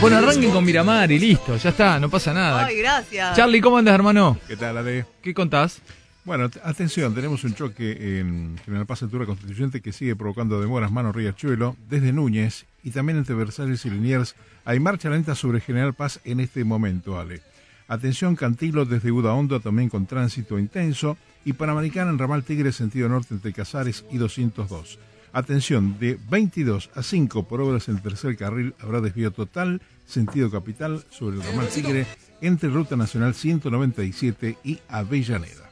Bueno, arranquen con Miramar y listo, ya está, no pasa nada. Ay, gracias. Charlie, ¿cómo andas, hermano? ¿Qué tal, Ale? ¿Qué contás? Bueno, at- atención, tenemos un choque en General Paz Altura Constituyente que sigue provocando demoras Mano Riachuelo desde Núñez y también entre Versalles y Liniers. Hay marcha lenta sobre General Paz en este momento, Ale. Atención, Cantilo desde Udaondo también con tránsito intenso y Panamericana en Ramal Tigre sentido norte entre Casares y 202. Atención, de 22 a 5 por obras en el tercer carril habrá desvío total, sentido capital sobre el Ramal Tigre entre Ruta Nacional 197 y Avellaneda.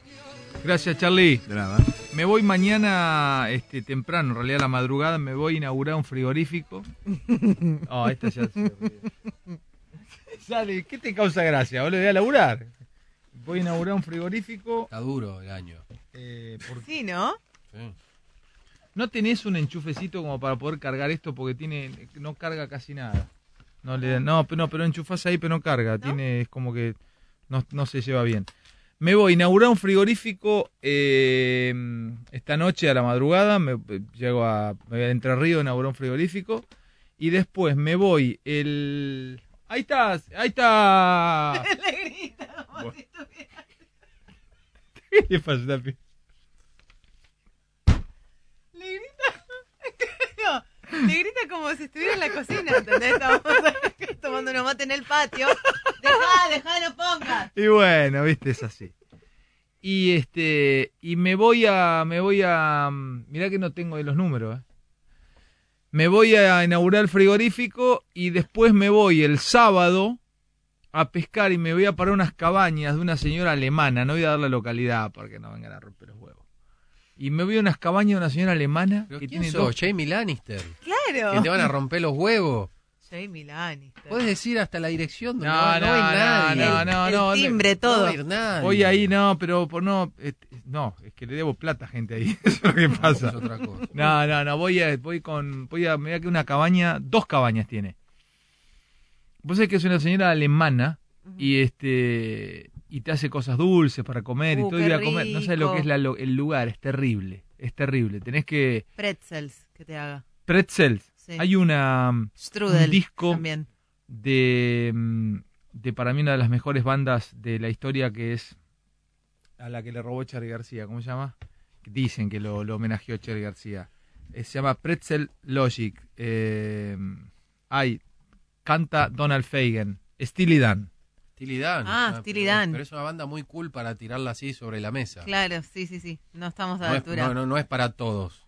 Gracias, Charlie. De nada. Me voy mañana este, temprano, en realidad a la madrugada, me voy a inaugurar un frigorífico. Oh, esta ya se ríe. Sale, ¿qué te causa gracia, boludo? Voy a laburar. Voy a inaugurar un frigorífico. Está duro el año. eh, por- Sí, ¿no? Sí. ¿No tenés un enchufecito como para poder cargar esto? Porque tiene no carga casi nada. No, le, no, pero, no, pero enchufás ahí, pero no carga. Tiene, es como que no, no se lleva bien. Me voy a inaugurar un frigorífico eh, esta noche a la madrugada. Me, eh, llego a, me voy a Entre Ríos, inaugurar un frigorífico. Y después me voy el... Ahí está, ahí está. Le grita como Bueno. si estuviera- ¿Qué le pasa, Tapi? Le grita. No, le grita como si estuviera en la cocina, ¿entendés? Estamos tomando unos mate en el patio. Dejá, dejá, no pongas. Y bueno, viste, es así. Y este. Y me voy a. me voy a. mm, Mirá que no tengo de los números, eh. Me voy a inaugurar el frigorífico y después me voy el sábado a pescar y me voy a parar unas cabañas de una señora alemana. No voy a dar la localidad para que no vengan a romper los huevos. Y me voy a unas cabañas de una señora alemana ¿Pero que quién tiene sos? dos. Jamie Lannister. Que te Claro. van a romper los huevos. Jamie Lannister. Puedes decir hasta la dirección donde No, va- no, no, hay no, nadie. no, no. el timbre, No todo. va a ir nadie. Voy ahí, no, pero por no. este, no, es que le debo plata a gente ahí. Eso es lo que No, eso pasa. es otra cosa. No, no, no, voy a, voy con, voy a, mira que una cabaña, dos cabañas tiene. Vos sabés que es una señora alemana y este, y te hace cosas dulces para comer Uh, y todo, qué ir a comer, no sabes lo rico. que es la lo- el lugar, es terrible, es terrible, tenés que, Pretzels, que te haga. pretzels, Sí. hay una mm, Strudel. un disco. También. de, mm, de para mí una de las mejores bandas de la historia que es a la que le robó Charlie García, ¿cómo se llama? Dicen que lo, lo homenajeó Charlie García. Eh, se llama Pretzel Logic. Eh, ay, canta Donald Fagan, Steely Dan. Steely Dan. Ah, Steely pero- Dan. Pero es una banda muy cool para tirarla así sobre la mesa. Claro, sí, sí, sí. No estamos a No la es, altura. no, no, no es para todos.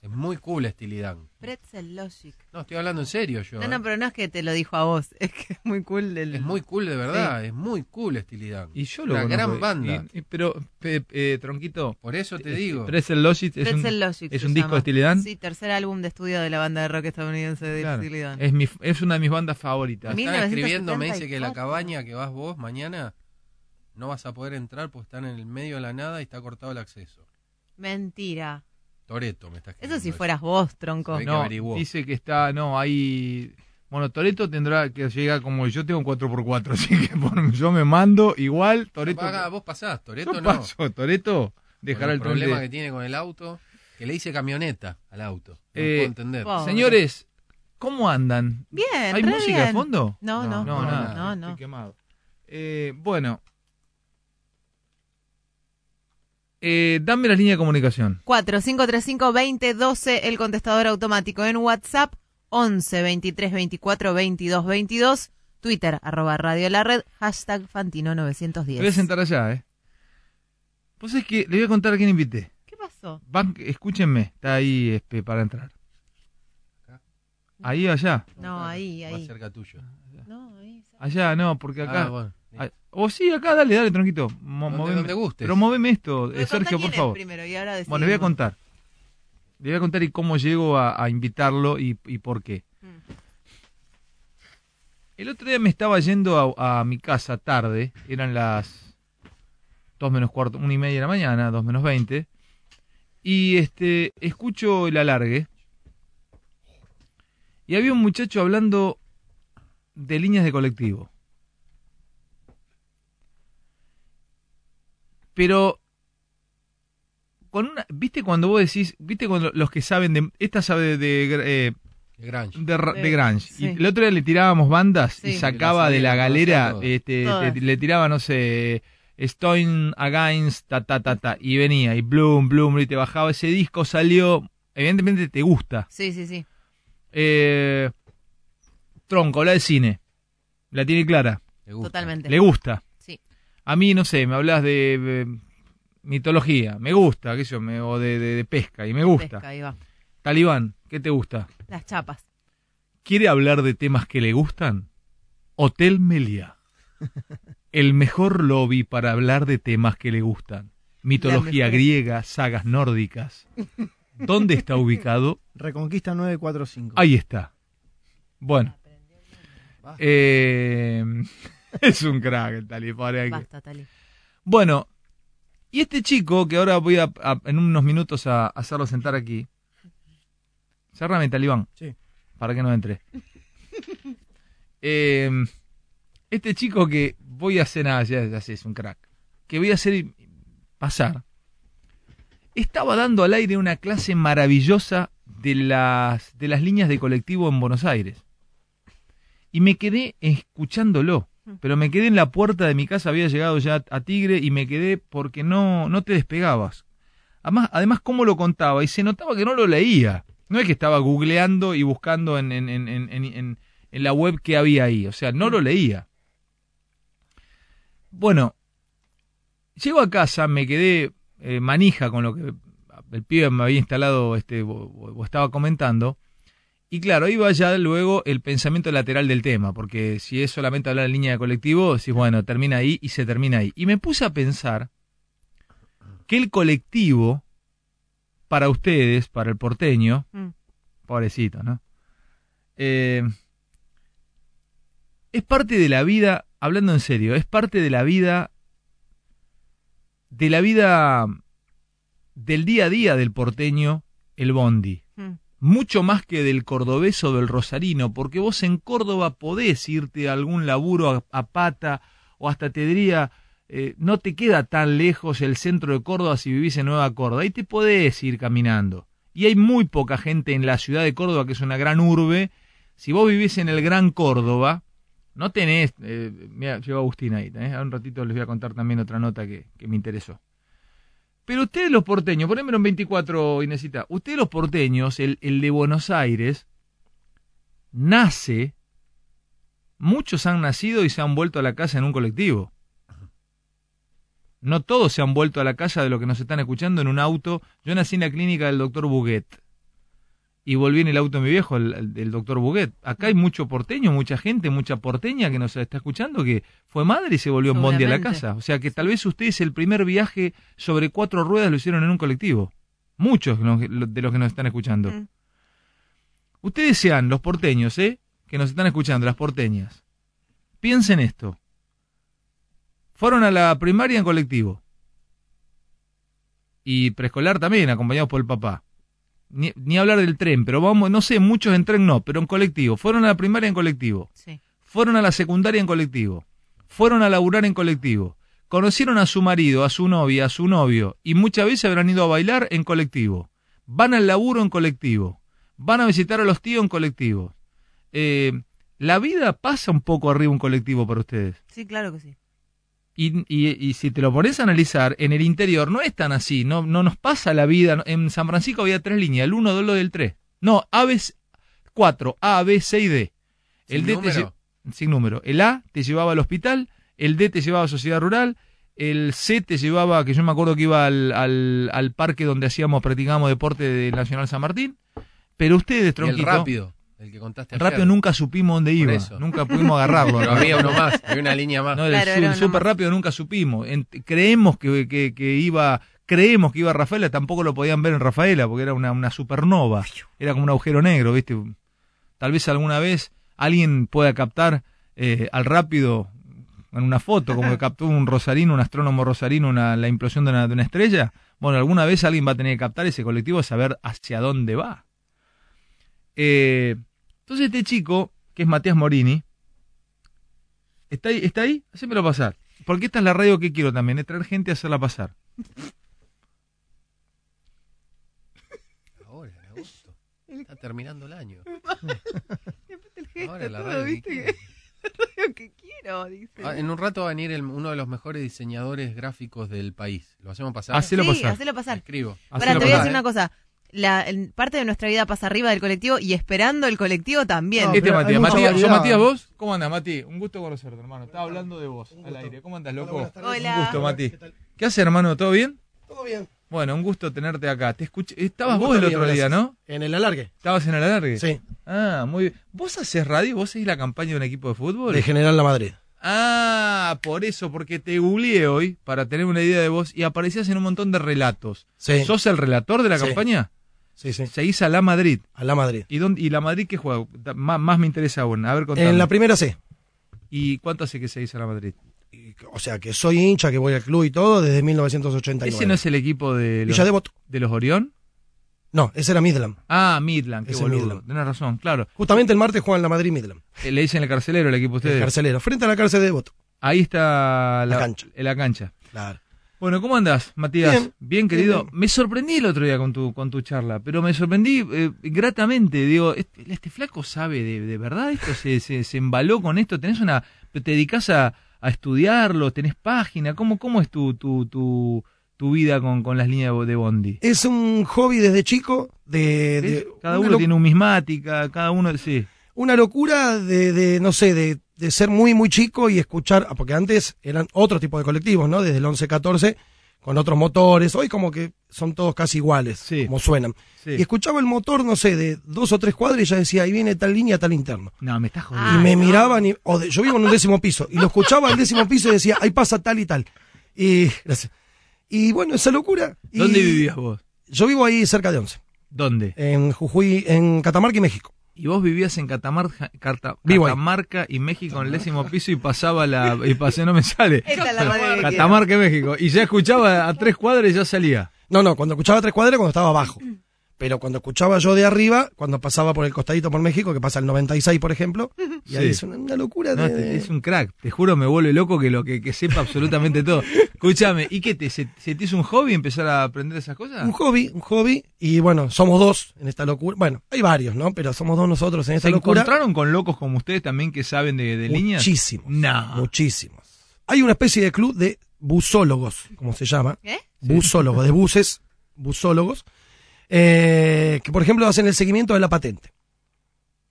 Es muy cool Steely Dan. Pretzel Logic. No, estoy hablando en serio yo. No, eh. no, pero no es que te lo dijo a vos. Es que es muy cool el. Es muy cool de verdad. Es muy cool Steely Dan. Y yo lo Una conozco. gran banda. Y- y- pero, pe- eh, Tronquito, eh, Por eso te es- digo. Pretzel Logic eh. es un, Pretzel Logic. es se un disco de llama. Steely Dan. Sí, tercer álbum de estudio de la banda de rock estadounidense de Claro, Steely Dan. es, mi- es una de mis bandas favoritas. Me están escribiendo, me dice que la 1974. cabaña que vas vos mañana no vas a poder entrar porque están en el medio de la nada y está cortado el acceso. Mentira. Toreto me está escribiendo. Eso si fueras vos, Se tronco. ve que No, averiguó. dice que está, no, ahí. Bueno, Toreto tendrá que llega como yo tengo un 4x4, así que por- yo me mando igual. Toreto. Paga, vos pasás, Toreto yo no. paso, Toreto Con dejará el el tren problema de- que tiene con el auto, que le dice camioneta al auto. No Eh, puedo entender. Wow. Señores, ¿cómo andan? Bien, ¿Hay re música de bien. fondo? No, no, No, no, nada. no, Estoy no. quemado. Eh, bueno. Eh, dame la línea de comunicación. 4535-2012, el contestador automático en WhatsApp, 11 23 24 22 22, Twitter, arroba Radio La Red, hashtag Te voy a Fantino910. sentar allá, ¿eh? Pues es que le voy a contar a quién invité. ¿Qué pasó? Van- escúchenme, está ahí este, para entrar. Ahí allá. No, ahí, Más ahí. cerca tuyo. No, ahí. está. Allá, no, porque acá. Ah, bueno. Ah, O sí, acá, dale, dale, tranquito. Mo- Donde- moveme. donde gustes. Pero moveme esto, eh, Pero contá Sergio, quién por es favor. Primero, y ahora Bueno, les voy a decidimos. contar. Le voy a contar y cómo llego a, a invitarlo y, y por qué. El otro día me estaba yendo a, a mi casa tarde, eran las 2 menos cuarto, 1 y media de la mañana, 2 menos 20, y este, escucho el alargue, y había un muchacho hablando de líneas de colectivo. Pero con una, ¿viste cuando vos decís, viste cuando los que saben de esta sabe de eh, Grange. de, Ra- De- de Grange. sí. Y el otro día le tirábamos bandas y Sí. sacaba de la Las galera, todas. este, Todas. te- le tiraba, no sé, Stone Against, ta, ta, ta, ta, y venía, y Bloom, Bloom, y te bajaba ese disco, salió, evidentemente te gusta. Sí, sí, sí. Eh, tronco, habla de cine, la tiene clara, Le gusta. Totalmente. le gusta. Sí. A mí, no sé, me hablas de... eh, mitología, me gusta, qué sé yo, me- o de, de- de pesca, y me gusta. Pesca, ahí va. Talibán, ¿qué te gusta? Las chapas. ¿Quiere hablar de temas que le gustan? Hotel Melia. El mejor lobby para hablar de temas que le gustan. Mitología La mejor. griega, sagas nórdicas. ¿Dónde está ubicado? Reconquista 945. Ahí está. Bueno. Eh, es un crack el talibán. hay que- Basta, Tali. Bueno, y este chico que ahora voy a, a- en unos minutos a, hacerlo sentar aquí. Cerrame, talibán. Sí. Para que no entre. Eh, este chico que voy a hacer nada, ya, ya sé, es un crack. Que voy a hacer y- pasar. Estaba dando al aire una clase maravillosa de las, de las líneas de colectivo en Buenos Aires. Y me quedé escuchándolo. Pero me quedé en la puerta de mi casa, había llegado ya a Tigre y me quedé porque no, no te despegabas. Además, además, cómo lo contaba, y se notaba que no lo leía. No es que estaba googleando y buscando en, en- en- en- en- en- en la web que había ahí. O sea, no lo leía. Bueno, llego a casa, me quedé eh, manija con lo que el pibe me había instalado este, o, o- o estaba comentando. Y claro, ahí va ya luego el pensamiento lateral del tema, porque si es solamente hablar en línea de colectivo, decís, bueno, termina ahí y se termina ahí. Y me puse a pensar que el colectivo, para ustedes, para el porteño, Mm. pobrecito, ¿no? Eh, es parte de la vida, hablando en serio, es parte de la vida, de la vida del día a día del porteño, el bondi Mm. mucho más que del cordobés o del rosarino, porque vos en Córdoba podés irte a algún laburo a, a pata, o hasta te diría, eh, no te queda tan lejos el centro de Córdoba si vivís en Nueva Córdoba, ahí te podés ir caminando. Y hay muy poca gente en la ciudad de Córdoba, que es una gran urbe. Si vos vivís en el Gran Córdoba, no tenés... Eh, mira, llegó Agustín ahí, ¿eh? a un ratito les voy a contar también otra nota que, que me interesó. Pero ustedes los porteños, ponémelo en 24, Inesita. Ustedes los porteños, el, el de Buenos Aires, nace. Muchos han nacido y se han vuelto a la casa en un colectivo. No todos se han vuelto a la casa de lo que nos están escuchando en un auto. Yo nací en la clínica del doctor Buguet. Y volví en el auto de mi viejo, el, el del doctor Buguet. Acá hay mucho porteño, mucha gente, mucha porteña que nos está escuchando que fue madre y se volvió en bondi a la Seguramente. casa. O sea que tal vez ustedes el primer viaje sobre cuatro ruedas lo hicieron en un colectivo. Muchos lo- lo- de los que nos están escuchando. Mm. Ustedes sean los porteños, ¿eh? Que nos están escuchando, las porteñas. Piensen esto. Fueron a la primaria en colectivo. Y preescolar también, acompañados por el papá. Ni, ni hablar del tren, pero vamos, no sé, muchos en tren no, pero en colectivo. Fueron a la primaria en colectivo. Sí. Fueron a la secundaria en colectivo. Fueron a laburar en colectivo. Conocieron a su marido, a su novia, a su novio. Y muchas veces habrán ido a bailar en colectivo. Van al laburo en colectivo. Van a visitar a los tíos en colectivo. Eh, la vida pasa un poco arriba un colectivo para ustedes. Sí, claro que sí. Y, y- y si te lo pones a analizar, en el interior no es tan así, no, no nos pasa la vida. En San Francisco había tres líneas, el 1, 2, lo del 3. No, A, B, 4, A, B, C y D. El Sin D te, número. lle- sin número. El A te llevaba al hospital, el D te llevaba a sociedad rural, el C te llevaba, que yo me acuerdo que iba al, al- al parque donde hacíamos, practicábamos deporte del Nacional San Martín, pero ustedes, Y el tronquito, rápido, el que contaste el ayer. rápido nunca supimos dónde Por iba, eso. nunca pudimos agarrarlo. Pero ¿no? había uno más, había una línea más. No, Claro, el, era uno súper más. rápido nunca supimos. En- creemos que, que- que iba creemos que iba a Rafaela, tampoco lo podían ver en Rafaela, porque era una, una supernova. Era como un agujero negro, ¿viste? Tal vez alguna vez alguien pueda captar eh, al rápido en una foto, como que captó un rosarino, un astrónomo rosarino, una, la implosión de una, de una estrella. Bueno, alguna vez alguien va a tener que captar ese colectivo, saber hacia dónde va. Eh, entonces este chico, que es Matías Morini, ¿está ahí? ¿Está ahí? Hacémelo pasar. Porque esta es la radio que quiero también, es traer gente a hacerla pasar. Ahora, en agosto. Está terminando el año. Siempre el gesto, Ahora la todo, radio. ¿viste? que quiere. Lo que quiero, dice. Ah, en un rato va a venir el- uno de los mejores diseñadores gráficos del país. Lo hacemos pasar. Así Hacelo sí, pasar. hacelo pasar. Escribo. Pará, Hacelo te voy a pasar, decir una cosa. La, en- parte de nuestra vida pasa arriba del colectivo y esperando el colectivo también. No, Este es pero hay Matías. mucha Matías, ¿sos variedad. Ah. Matías vos? ¿Cómo andás, Mati? Un gusto conocerte, hermano. Estaba hablando de vos al aire. ¿Cómo andás, loco? Hola. Un gusto, Mati. ¿Qué haces, hermano? ¿Todo bien? Todo bien. Bueno, un gusto tenerte acá. Te escuché. Estabas Un vos el gusto otro mío, día, gracias. ¿no? En el alargue. ¿Estabas en el alargue? Sí. Ah, muy bien. ¿Vos haces radio? ¿Vos seguís la campaña de un equipo de fútbol? De General La Madrid. Ah, por eso, porque te googleé hoy para tener una idea de vos y aparecías en un montón de relatos. Sí. ¿Sos el relator de la Sí. campaña? Sí, sí. Seguís a la Madrid. A La Madrid. ¿Y, dónde, y la Madrid qué juega? Da- Más, más me interesa aún. A ver, contame. En la primera C. ¿Y cuánto hace que seguís a la Madrid? O sea, que soy hincha, que voy al club y todo desde 1989. ¿Ese no es el equipo de los, Villa Devoto. de los Orión? No, ese era Midland. Ah, Midland, qué Es el boludo. Midland. Tenés razón, claro. Justamente el martes juegan La Madrid Midland. Eh, Le dicen el carcelero el equipo a El ustedes. carcelero. Frente a la cárcel de Devoto. Ahí está la, La cancha. eh, la cancha. Claro. Bueno, ¿cómo andás, Matías? Bien, Bien. querido. bien. Me sorprendí el otro día con tu, con tu charla, pero me sorprendí eh, gratamente. Digo, este, este flaco sabe de, de verdad esto, se, se, se embaló con esto. ¿Tenés una, te dedicas a, a estudiarlo? ¿Tenés página? ¿Cómo, cómo es tu, tu, tu, tu vida con, con las líneas de Bondi? Es un hobby desde chico. De, ¿Ves? de- Cada una uno lo- tiene un mismática, cada uno, sí. una locura de, de, no sé, de, de ser muy, muy chico y escuchar, ah, porque antes eran otro tipo de colectivos, ¿no? Desde el 11-14, con otros motores. Hoy como que son todos casi iguales, Sí. como suenan. sí. Y escuchaba el motor, no sé, de dos o tres cuadras y ya decía, ahí viene tal línea, tal interno. No, me estás Ah, jodiendo. y me no. miraban, y, o de- yo vivo en un décimo piso, y lo escuchaba al décimo piso y decía, ahí pasa tal y tal. Y, gracias. Y bueno, esa locura. Ah, Y ¿Dónde vivías vos? Yo vivo ahí cerca de Once, ¿Dónde? en Jujuy, en Catamarca y México. Y vos vivías en Catamarca, Carta- Vivo ahí. Catamarca y México en el décimo piso y pasaba la... y pasé, no me sale. Esta es la radio que quiero. Catamarca, México. Y ya escuchaba a tres cuadras y ya salía. No, no, cuando escuchaba tres cuadras, cuando estaba abajo. Pero cuando escuchaba yo de arriba, cuando pasaba por el costadito por México, que pasa el 96, por ejemplo, y ahí Sí. es una, una locura No, de... este- es un crack. Te juro, me vuelve loco que lo que, que sepa absolutamente todo. Escúchame, ¿y qué te, se, se te hizo un hobby empezar a aprender esas cosas? Un hobby, un hobby, y bueno, somos dos en esta locura. Bueno, hay varios, ¿no? Pero somos dos nosotros en ¿Se esta locura. encontraron con locos como ustedes también que saben de, de líneas? Muchísimos. No. Muchísimos. Hay una especie de club de busólogos, como se llama. ¿Eh? Busólogos, de buses, busólogos, eh, que por ejemplo hacen el seguimiento de la patente.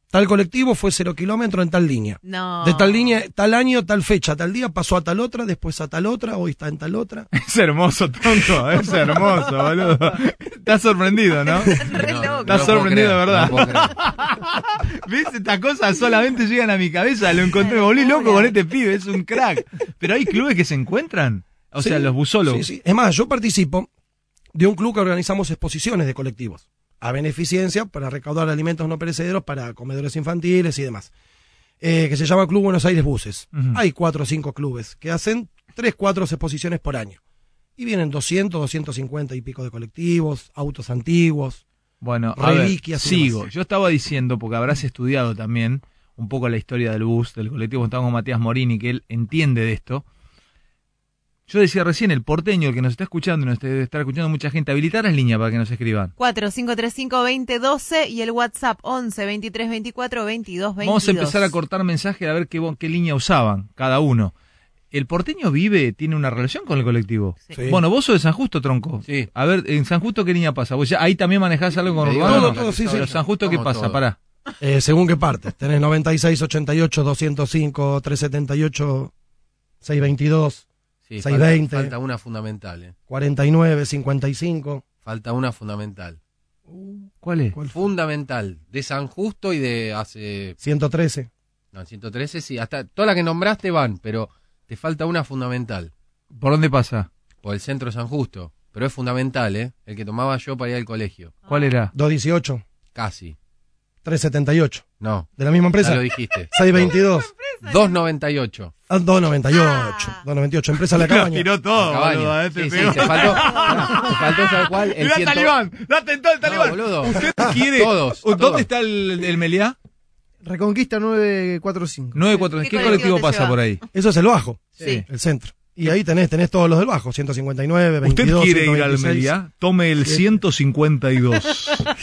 Tal colectivo fue cero kilómetro en tal línea. No. De tal línea, tal año, tal fecha, tal día, pasó a tal otra, después a tal otra, hoy está en tal otra. Es hermoso, tonto. Es hermoso, boludo. Estás sorprendido, ¿no? Re No, loco. no lo puedo sorprendido, creer, ¿verdad? no lo puedo creer. ¿Ves? Estas cosas solamente llegan a mi cabeza. Lo encontré, me volví loco con este pibe. Es un crack. Pero hay clubes que se encuentran. O sea, Sí, los Sí, buzólogos. sí. Es más, yo participo de un club que organizamos exposiciones de colectivos a beneficencia para recaudar alimentos no perecederos para comedores infantiles y demás, eh, que se llama Club Buenos Aires Buses. Ujú. Hay cuatro o cinco clubes que hacen tres, cuatro exposiciones por año. Y vienen 200, 250 y pico de colectivos, autos antiguos. Bueno, a ver, Reliquias y sigo. demás. Yo estaba diciendo, porque habrás estudiado también un poco la historia del bus, del colectivo, estaba con Matías Morini, que él entiende de esto. Yo decía recién, el porteño, el que nos está escuchando, nos debe estar escuchando mucha gente, habilitar las líneas para que nos escriban. 4535-2012 y el WhatsApp 11 23 24 22 22. Vamos a empezar a cortar mensajes a ver qué, qué línea usaban cada uno. ¿El porteño vive, tiene una relación con el colectivo? Sí. Bueno, vos sos de San Justo, tronco. Sí. A ver, en San Justo, ¿qué línea pasa? ¿Vos ya, ahí también manejás algo con Te digo, Urbano? todo, no, todo, sí, Pero sí. San Justo, ¿qué Como pasa? todo. Pará. Eh, según qué parte. Tenés 96, 88, 205, 378, 622, Sí, 620. falta, falta una fundamental, eh. 49, 55. Falta una fundamental. ¿Cuál es? Fundamental. De San Justo y de hace 113. No, el 113 sí, hasta todas las que nombraste van, pero te falta una fundamental, ¿Por dónde pasa? por el centro de San Justo. Pero es fundamental, ¿eh? El que tomaba yo para ir al colegio. ¿Cuál era? 218, Casi. 378. No. ¿De la misma Ya empresa? lo dijiste. 622. Empresa, 2.98. Ah, 298. Ah. 298. Empresa La Cabaña. Tiró todo, Cabaña. boludo, eh, te sí, sí, pegó. te faltó. te faltó saber cuál. El Mirá, 100. talibán, la tentó el No, talibán. boludo. ¿Usted quiere? Todos, ¿Dónde todos. está el, el Meliá? Reconquista 945. 9-4. ¿Qué ¿Qué colectivo colectivo te pasa lleva? por ahí? Eso es el bajo, Sí. el centro. Y ahí tenés, tenés todos los del bajo. 159, 22, ¿Usted quiere ir al 126. Meliá? Tome el 152.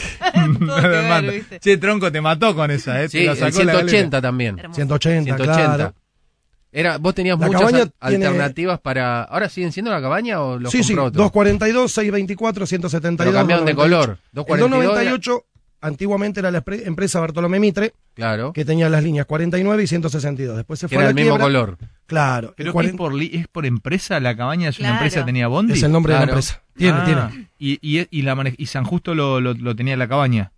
Todo te Nada ver, más. viste. che, Tronco, te mató con esa, ¿eh? Sí, te la el sacó la galera. 180 también. Hermoso. 180, 180. claro. Era, vos tenías La muchas cabaña al- tiene- alternativas para. ¿Ahora siguen siendo la cabaña o los sí, sí, compró otro? 242, 624, 172. Pero cambiaron de 298. color. El 2.42. era- 298 antiguamente era la pre- empresa Bartolomé Mitre, Claro. Que que tenía las líneas 49 y 162. Después se fue a era la el mismo quiebra. color. Claro. ¿Pero el qué 40 es, por, li- es por empresa? ¿La cabaña es una Claro. empresa que tenía Bondi? es el nombre de la Claro. empresa. Tiene, Ah, tiene. Y, y, y la mane- y San Justo lo, lo, lo tenía en la cabaña.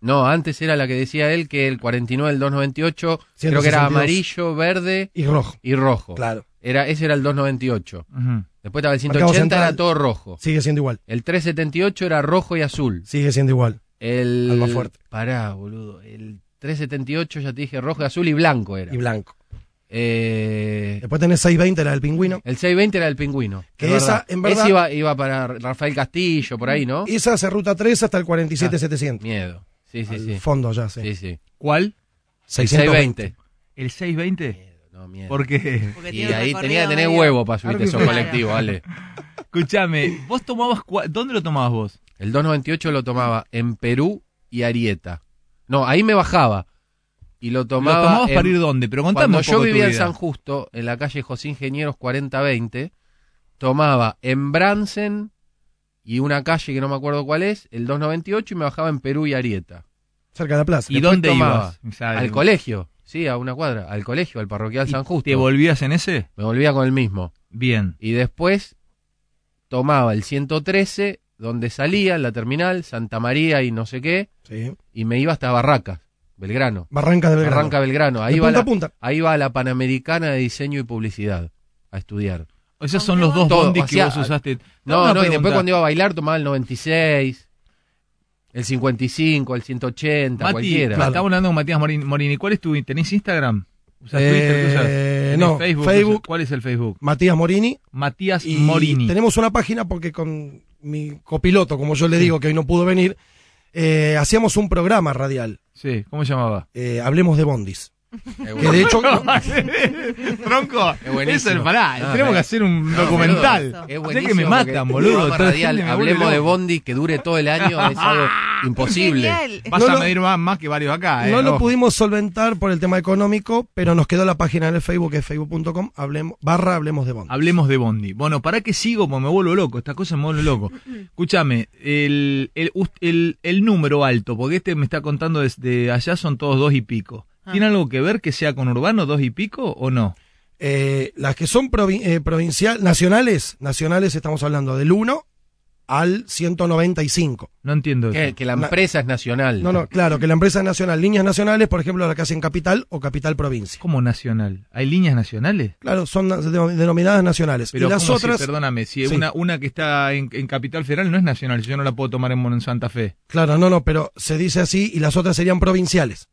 No, antes era la que decía él que el 49, el 298, creo que 162. era amarillo, verde Y rojo. y rojo. Claro. Era, ese era el 298. Ujú. Después estaba el Mercado 180, era Central. todo rojo. Sigue siendo igual. El 378 era rojo y azul. Sigue siendo igual. El. Alma fuerte. Pará, boludo. El 378, ya te dije, rojo y azul y blanco era. Y blanco. Eh, Después tenés 620, la del pingüino. el 620 era el pingüino. Que Es esa, verdad. en verdad- Ese iba, iba para Rafael Castillo, por ahí, ¿no? Ah, Y esa hace ruta 3 hasta el 47700. Miedo. Sí, sí, Al sí. fondo ya, sí. Sí, sí. ¿Cuál? El 620. ¿El 620? Miedo, No, miedo. Porque, Porque Y tiene un ahí recorrido tenía que tener medio- huevo para subirte a esos Claro. colectivos, Ale. escúchame, vos tomabas. cua- ¿Dónde lo tomabas vos? El 298 lo tomaba en Perú y Arieta. No, ahí me bajaba. Y lo tomaba. ¿Lo tomabas en- para ir dónde? Pero contame Cuando un yo poco tu vivía en vida. San Justo, en la calle José Ingenieros 4020, tomaba en Bransen y una calle que no me acuerdo cuál es, el 298, y me bajaba en Perú y Arieta. Cerca de la plaza. ¿Y Después dónde tomaba ibas? O sea, Al colegio, sí, a una cuadra, al colegio, al parroquial ¿Y San Justo. ¿Te volvías en ese? me volvía con el mismo. Bien. Y después tomaba el 113, donde salía, en la terminal, Santa María y no sé qué, Sí. y me iba hasta Barracas, Belgrano. Barrancas de Belgrano. Barranca Belgrano, De ahí va, punta a la, punta. ahí va la Panamericana de Diseño y Publicidad a estudiar. Esos son los dos Todo, bondis o sea, que vos usaste. No, Una no, y después pregunta. cuando iba a bailar tomaba el 96, el 55, el 180, Mati, cualquiera. claro, estamos hablando con Matías Morini. Morini, ¿cuál es tu. ¿Tenés Instagram? ¿Usás Eh, Twitter? ¿Qué usás? ¿Tenés no, Facebook? Facebook. ¿Cuál es el Facebook? Matías Morini. Matías Y Morini. Tenemos una página porque con mi copiloto, como yo le digo, que hoy no pudo venir, eh, hacíamos un programa radial. Sí, ¿cómo se llamaba? eh, hablemos de Bondis. Es Que de buenísimo. hecho, Tronco, buenísimo. eso es pará, No, tenemos pero- que hacer un No, documental. Es boludo, Sé que me buenísimo matan, porque boludo. programa toda la radial, gente me vuelve hablemos de loco. Bondi que dure todo el año es algo imposible. Genial. Vas No a lo- medir más, más que varios acá, ¿eh? no lo Ojo. pudimos solventar por el tema económico, pero nos quedó la página en el Facebook, que es facebook.com hablemos, barra hablemos de Bondis. Hablemos de Bondi. Bueno, ¿para qué sigo? Porque me vuelvo loco. Esta cosa me vuelve loco. Escúchame, el, el, us- el- el número alto, porque este me está contando desde allá son todos dos y pico. ¿Tiene algo que ver que sea con urbano, dos y pico o no? Eh, las que son provi- eh, provincial, nacionales, nacionales estamos hablando del 1 al 195. No entiendo eso. Que, que la empresa es nacional. No, no, claro, que la empresa es nacional, líneas nacionales, por ejemplo, la que hacen capital o capital provincia. ¿Cómo nacional? ¿Hay líneas nacionales? Claro, son na- de- denominadas nacionales. Pero y las ¿cómo si- otras, perdóname, si Sí. una, una que está en, en Capital Federal no es nacional, yo no la puedo tomar en, Mon- en Santa Fe. claro, no, no, pero se dice así y las otras serían provinciales.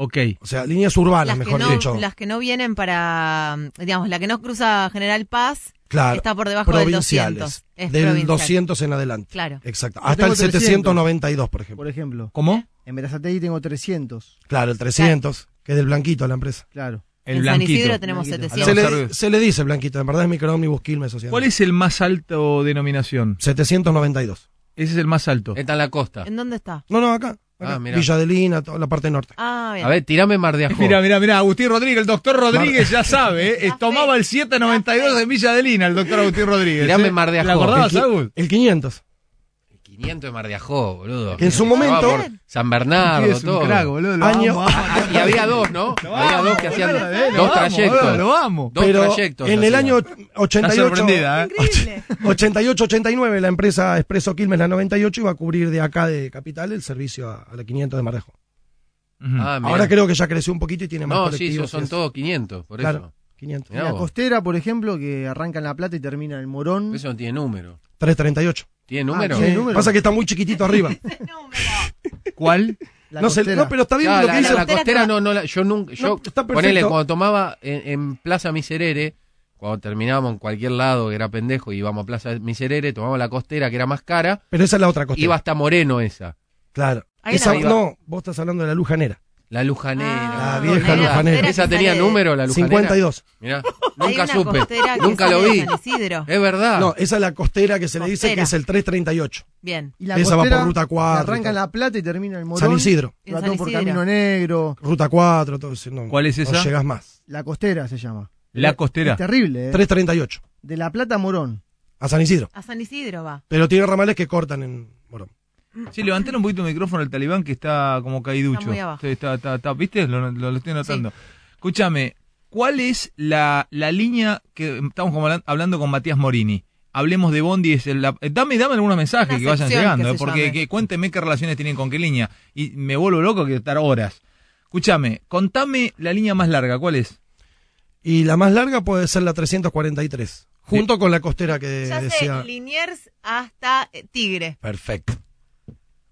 Ok. O sea, líneas urbanas, las, que mejor no, dicho. las que no vienen para, digamos, la que no cruza General Paz claro, está por debajo del 200. provinciales. Es Del provincial. 200 en adelante. Claro. Exacto. Yo Hasta tengo el 792, por ejemplo. Por ejemplo, ¿Cómo? en Berazategui tengo 300. Claro, el 300, que es del blanquito la empresa. Claro. El en San blanquito. Isidro tenemos Blanquito. Se 700. le, se le dice blanquito, en verdad es microómnibus Quilmes Social. ¿Cuál es el más alto denominación? 792. Ese es el más alto. Está en la costa. ¿En dónde está? No, no, acá. acá. Ah, mirá. Villa de Lina, toda la parte norte. Ah, bien. A ver, tirame Mar de Ajó. Mira, mira, mira, Agustín Rodríguez, el doctor Rodríguez ya sabe, ¿eh? Eh, tomaba el 792 en Villa de Lina, el doctor Agustín Rodríguez. Tirame ¿eh? Mar de ¿Te Ajó. acordabas, El qui- Agus? El 500. 500 de Mar de Ajó, boludo. Que en su Ah, momento- por San Bernardo, Es todo. un crack, boludo. lo Año- amo, amo. Ah, y había dos, ¿no? había dos que hacían Boludo, eh, lo dos amo, trayectos. boludo, Lo amo. Dos pero trayectos en el hacían. año Está 88, sorprendida, ¿eh? Increíble. 88-89, la empresa Expreso Quilmes, la 98, iba a cubrir de acá de Capital el servicio a, a la 500 de Mardejo. Ujú. Ah, mirá. Ahora creo que ya creció un poquito y tiene más No, sí, colectivos. son y eso. todos 500, por Claro. eso. 500. Mirá La vos. costera, por ejemplo, que arranca en La Plata y termina en Morón. Eso no tiene número. 338. ¿Tiene número? Ah, ¿tiene Sí, número? Pasa que está muy chiquitito arriba. número. ¿Cuál? La no, sé, Costera. no, pero está bien Claro, lo la, que la- dice. la costera no, no la- yo nunca, yo, está perfecto. ponele, cuando tomaba en, en Plaza Miserere, cuando terminábamos en cualquier lado que era pendejo y íbamos a Plaza Miserere, tomábamos la costera que era más cara, Pero esa es la otra costera. iba hasta Moreno esa, Claro. Ahí Esa- no iba. no, vos estás hablando de la lujanera. la Ah, Lujanera. La vieja Mirá, Lujanera. ¿Esa tenía número, la Lujanera? 52. Mirá, Hay nunca una supe, costera que nunca sale lo de vi. San Isidro. Es verdad. No, esa es la costera que se le dice Costera. que es el 338. Bien. Y la Esa va costera por ruta que 4 y Arranca todo. en La Plata y termina en Morón. San Isidro. En Va San todo por Isidro. Camino Negro. Ruta 4, todo eso. No, ¿Cuál es esa? No llegas más. La costera se llama. La costera. Es terrible, ¿eh? 338. De La Plata a Morón. A San Isidro. A San Isidro va. Pero tiene ramales que cortan en Morón. Sí, levantar un poquito el micrófono al talibán que está como caiducho. Está muy abajo. Sí, está- está- está- ¿Viste? Lo, lo- lo estoy notando. Escúchame, ¿cuál es la, la línea que estamos como hablan- hablando con Matías Morini? Hablemos de Bondi. Es el- la- eh, dame, dame algunos mensajes Una que vayan sección llegando, que eh, se porque llame. que, cuénteme qué relaciones tienen con qué línea. Y me vuelvo loco que estar horas. Escúchame, contame la línea más larga, ¿cuál es? Y la más larga puede ser la 343. Junto con la costera que Ya Eh, decía. sé, Liniers hasta eh, Tigre. Perfecto.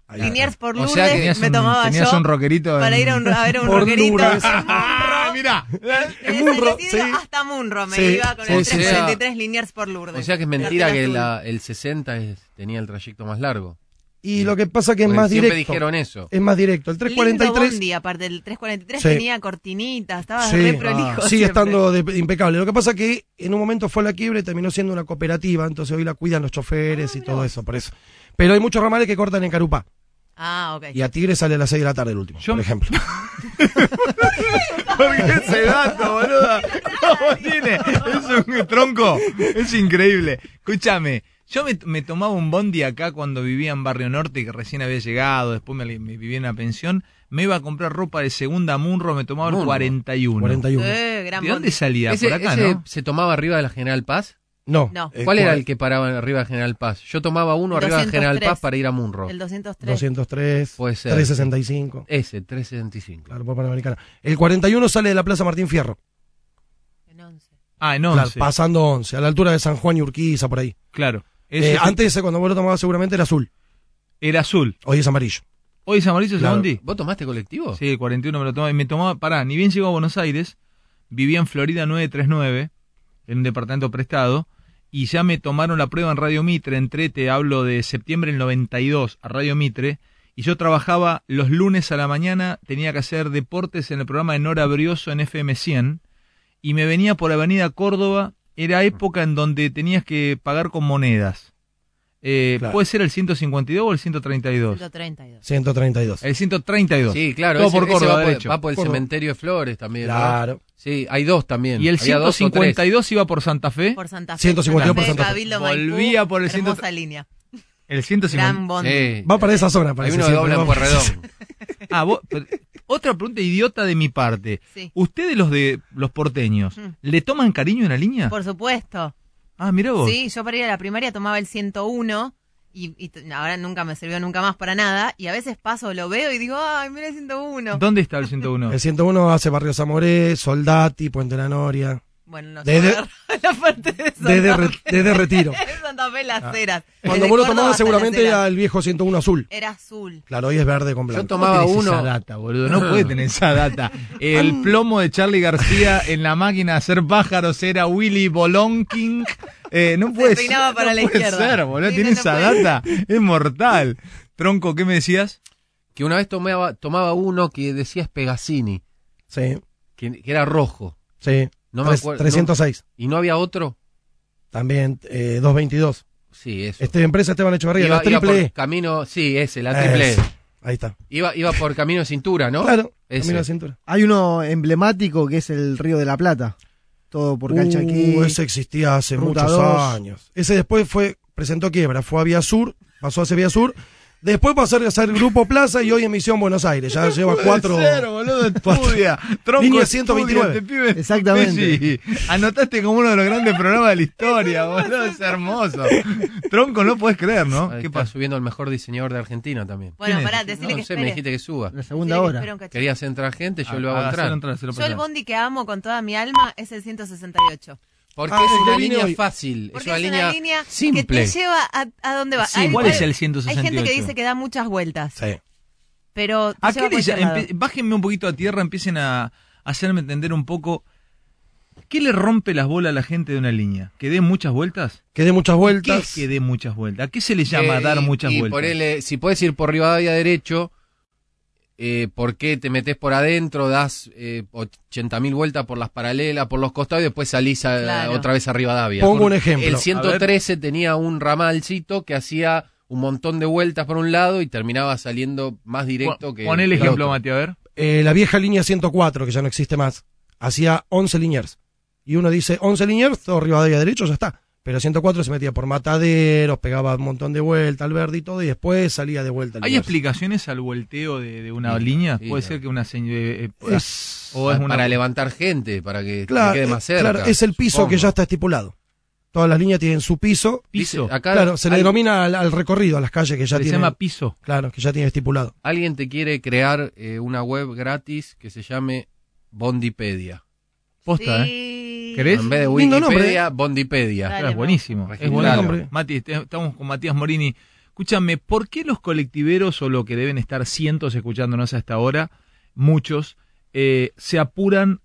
Ahí Liniers está. por O Lourdes sea que Tenías me un, tomaba tenías yo un rockerito. para en- ir a, un- a ver un Eh, Por roquerito. Lourdes. ¡Ah, mirá! Desde Munro, San Isidro sí. hasta Munro me Sí, iba con sí, el sí. 343 Liniers por Lourdes. O sea que es mentira La que azul. la- el 60 es- tenía el trayecto más largo. Y lo que pasa que es Porque más siempre directo. dijeron eso. Es más directo. El Lindo 343 bondi, aparte el 343 Sí. tenía cortinitas, estaba Sí. Ah, re prolijo. sigue siempre. estando de- impecable. Lo que pasa que en un momento fue a la quiebra y terminó siendo una cooperativa, entonces hoy la cuidan los choferes y todo eso, por eso. Pero hay muchos ramales que cortan en Carupá. Ah, ok. Y a Tigre sale a las 6 de la tarde el último, Yo- por ejemplo. ¿Por qué ese dato, boluda? ¿Cómo tiene? Es un tronco. Es increíble. Escúchame. Yo me, me tomaba un bondi acá cuando vivía en Barrio Norte, que recién había llegado, después me, me vivía en la pensión. Me iba a comprar ropa de segunda a Munro, me tomaba el Munro. 41. 41. Eh, gran ¿De dónde bondi. salía? Ese, Por acá, ese ¿no? se tomaba arriba de la General Paz. No. No. Eh, ¿Cuál era cuál- el que paraba arriba de General Paz? Yo tomaba uno arriba de General 203. Paz para ir a Munro. El 203. 203, Puede ser. 365. Ese, 365. Claro, por Panamericana. El 41 sale de la Plaza Martín Fierro, En 11. Ah, no. claro, pasando 11, a la altura de San Juan y Urquiza, por ahí. Claro. Eh, Ese antes, ese, cuando vos lo tomabas, seguramente era azul. era azul. Hoy es amarillo. ¿Hoy San Mauricio es Claro. bondi? ¿Vos tomaste colectivo? Sí, el 41 me lo tomaba. Y me tomaba, pará, ni bien llegó a Buenos Aires, vivía en Florida 939, en un departamento prestado, y ya me tomaron la prueba en Radio Mitre, entré, te hablo de septiembre del 92 a Radio Mitre, y yo trabajaba los lunes a la mañana, tenía que hacer deportes en el programa de Nora Brioso en FM 100, y me venía por Avenida Córdoba, era época en donde tenías que pagar con monedas. Eh, Claro. ¿Puede ser el 152 o el 132? 132. 132. El 132. Sí, claro. Todo ese- por ese Córdoba, va, por, derecho. va por el Córdoba. cementerio de Flores también. ¿no? Claro. Sí, hay dos también. Y el Había dos o tres. 152 iba por Santa Fe. Por Santa Fe. 152 por Santa Fe. Cabildo, Volvía Maipú, por el Hermosa 130. línea. El 150. Gran bondi. Sí. Va para esa zona, Hay parece. uno que siempre, dobla en ¿no? Pueyrredón. Ah, vos- pero- otra pregunta idiota de mi parte. Sí. Ustedes los de los porteños, Mm. ¿le toman cariño a una línea? Por supuesto. Ah, mira vos. Sí, yo para ir a la primaria tomaba el 101 y, y t- ahora nunca me sirvió nunca más para nada. Y a veces paso, lo veo y digo, ay, mira el 101. ¿Dónde está el 101? El 101 hace Barrio Zamoré, Soldati, Puente de la Noria. Bueno, no Desde- sé. la parte de Santa Desde, Fe. re- desde Retiro. Santa Fe, las Heras. Ah. Cuando Desde vos lo Córdoba tomabas, hasta seguramente Las Heras. era el viejo 101 azul. Era azul. Claro, hoy es verde con blanco. Yo tomaba ¿Cómo tenés uno. Esa data, boludo. No puede tener esa data. El plomo de Charlie García en la máquina de hacer pájaros era Willy Bolonking. Eh, no puede ser. peinaba para no la puede izquierda. ser, boludo. Sí, Tiene no, no esa puede. data. Es mortal. Tronco, ¿qué me decías? Que una vez tomaba, tomaba uno que decías Pegasini, Sí, que, que era rojo. sí. No me Tres- acuerdo. 306. no- ¿Y no había otro? También, eh, 222. Sí, eso. Este, empresa Esteban Echevarría, la por triple E. camino, sí, ese, la triple E. Eso. Ahí está. Iba, iba por camino de cintura, ¿no? Claro, Ese. camino a la cintura. Hay uno emblemático que es el Río de la Plata. Todo por Calchaquí. Uh, ese existía hace Ruta muchos dos. años. Ese después fue, presentó quiebra, fue a Vía Sur, pasó hacia Vía Sur, Después pasó a ser Grupo Plaza y hoy Emisión Buenos Aires. Ya lleva cuatro. Cero, boludo, estudia. Tronco Línea estudia, 129. este pibe es Exactamente. Messi. Anotaste como uno de los grandes programas de la historia, boludo. Es hermoso. Tronco, no podés creer, ¿no? Ahí ¿Qué está pasa? subiendo el mejor diseñador de Argentina también. ¿Quién Bueno, es? pará, decirle no que sé, me espere. dijiste que suba. La Decile segunda que hora. espere un cachito. Querías entrar gente, yo lo hago Ah, entrar. hacelo hacelo Yo el pasar. bondi que amo con toda mi alma es el 168. Porque Ah, es el que una vine línea hoy. fácil, es Porque una línea, que te simple. lleva a, a dónde va. Sí, ¿Cuál Hay- es el hay 168? gente que dice que da muchas vueltas, Sí. pero te ¿A lleva qué a le cualquier ll- lado. empe- Bájenme un poquito a tierra, empiecen a a hacerme entender un poco. ¿Qué le rompe las bolas a la gente de una línea? ¿Que dé muchas vueltas? Que dé muchas ¿Qué vueltas. es que dé muchas vueltas? ¿A qué se le llama Eh, dar y- muchas y vueltas? ponele, si puedes ir por Rivadavia derecho, eh, ¿por qué te metes por adentro, das eh, 80.000 vueltas por las paralelas, por los costados y después salís a- Claro. otra vez a Rivadavia? Pongo un Porque ejemplo. El 113 tenía un ramalcito que hacía un montón de vueltas por un lado y terminaba saliendo más directo Pon- que... Pon el que ejemplo, otro. Mati, a ver. Eh, la vieja línea 104, que ya no existe más, hacía 11 Liniers. Y uno dice 11 Liniers, o Rivadavia derecho, ya está. Pero 104 se metía por mataderos, pegaba un montón de vueltas al verde y todo, y después salía de vuelta al ¿Hay Liniers. explicaciones al volteo de, de una Sí, línea? sí, Puede no. ser que una señal. Es- o es una. Para levantar gente, para que te Claro, eh, quede más cerca. claro, es el piso supongo. que ya está estipulado. Todas las líneas tienen su piso. Dice, piso. acá Claro, se le al- denomina al, al recorrido, a las calles que ya se tienen. llama piso. Claro, que ya tiene estipulado. alguien te quiere crear eh, una web gratis que se llame Bondipedia. Posta, ¿eh? Sí. ¿Querés? ¿eh? En vez de Lindo nombre, Wikipedia, Bondipedia. Dale, Claro, es vamos. buenísimo. Es Registralo. buenísimo. Mati, te- estamos con Matías Morini. Escúchame, ¿por qué los colectiveros o lo que deben estar cientos escuchándonos hasta ahora, muchos, eh, se apuran,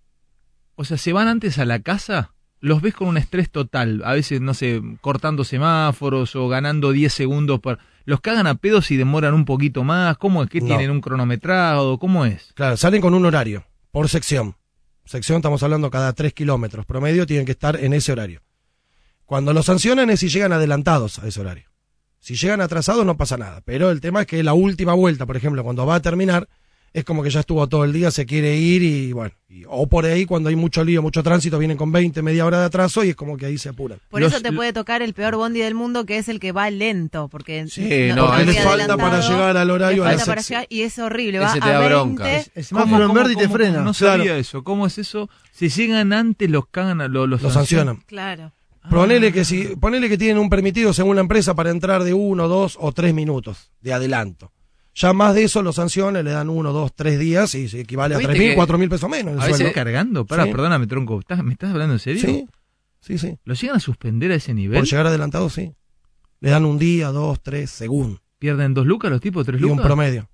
o sea, se van antes a la casa? Los ves con un estrés total, a veces, no sé, cortando semáforos o ganando 10 segundos. Para... ¿Los cagan a pedos y demoran un poquito más? ¿Cómo es? ¿Qué No. tienen? ¿Un cronometrado? ¿Cómo es? Claro, salen con un horario, por sección. Sección estamos hablando cada 3 kilómetros promedio, tienen que estar en ese horario. Cuando los sancionan es si llegan adelantados a ese horario. Si llegan atrasados no pasa nada, pero el tema es que la última vuelta, por ejemplo, cuando va a terminar, es como que ya estuvo todo el día, se quiere ir y bueno, y- o por ahí cuando hay mucho lío, mucho tránsito, vienen con 20, media hora de atraso y es como que ahí se apuran. Por Los- eso te puede tocar el peor bondi del mundo, que es el que va lento, porque Sí, no, había Porque le es- falta para adelantado, llegar al le horario a la falta para sección. llegar, y es horrible, va Ese te a da 20, bronca, ese- El ¿Cómo, semáforo en cómo, verde y te cómo? frena. No sabía eso. ¿Cómo es eso? Si llegan antes, los cagan, a- lo- los, Lo sancionan. Claro. Ah. Ponele que, si, ponele que tienen un permitido según la empresa para entrar de uno, dos o tres minutos de adelanto. Ya más de eso lo sancionan, le dan uno, dos, tres días y se equivale a ¿Viste tres mil, que- cuatro mil pesos menos. el a ¿Lo veces- sueldo. están cargando? Pará, Sí. perdóname, tronco. ¿Estás- ¿Me estás hablando en serio? Sí, sí, sí. ¿Lo llegan a suspender a ese nivel? Por llegar adelantado, sí. Le dan un día, dos, tres, según. ¿Pierden dos lucas los tipos? ¿Tres Y un lucas? promedio.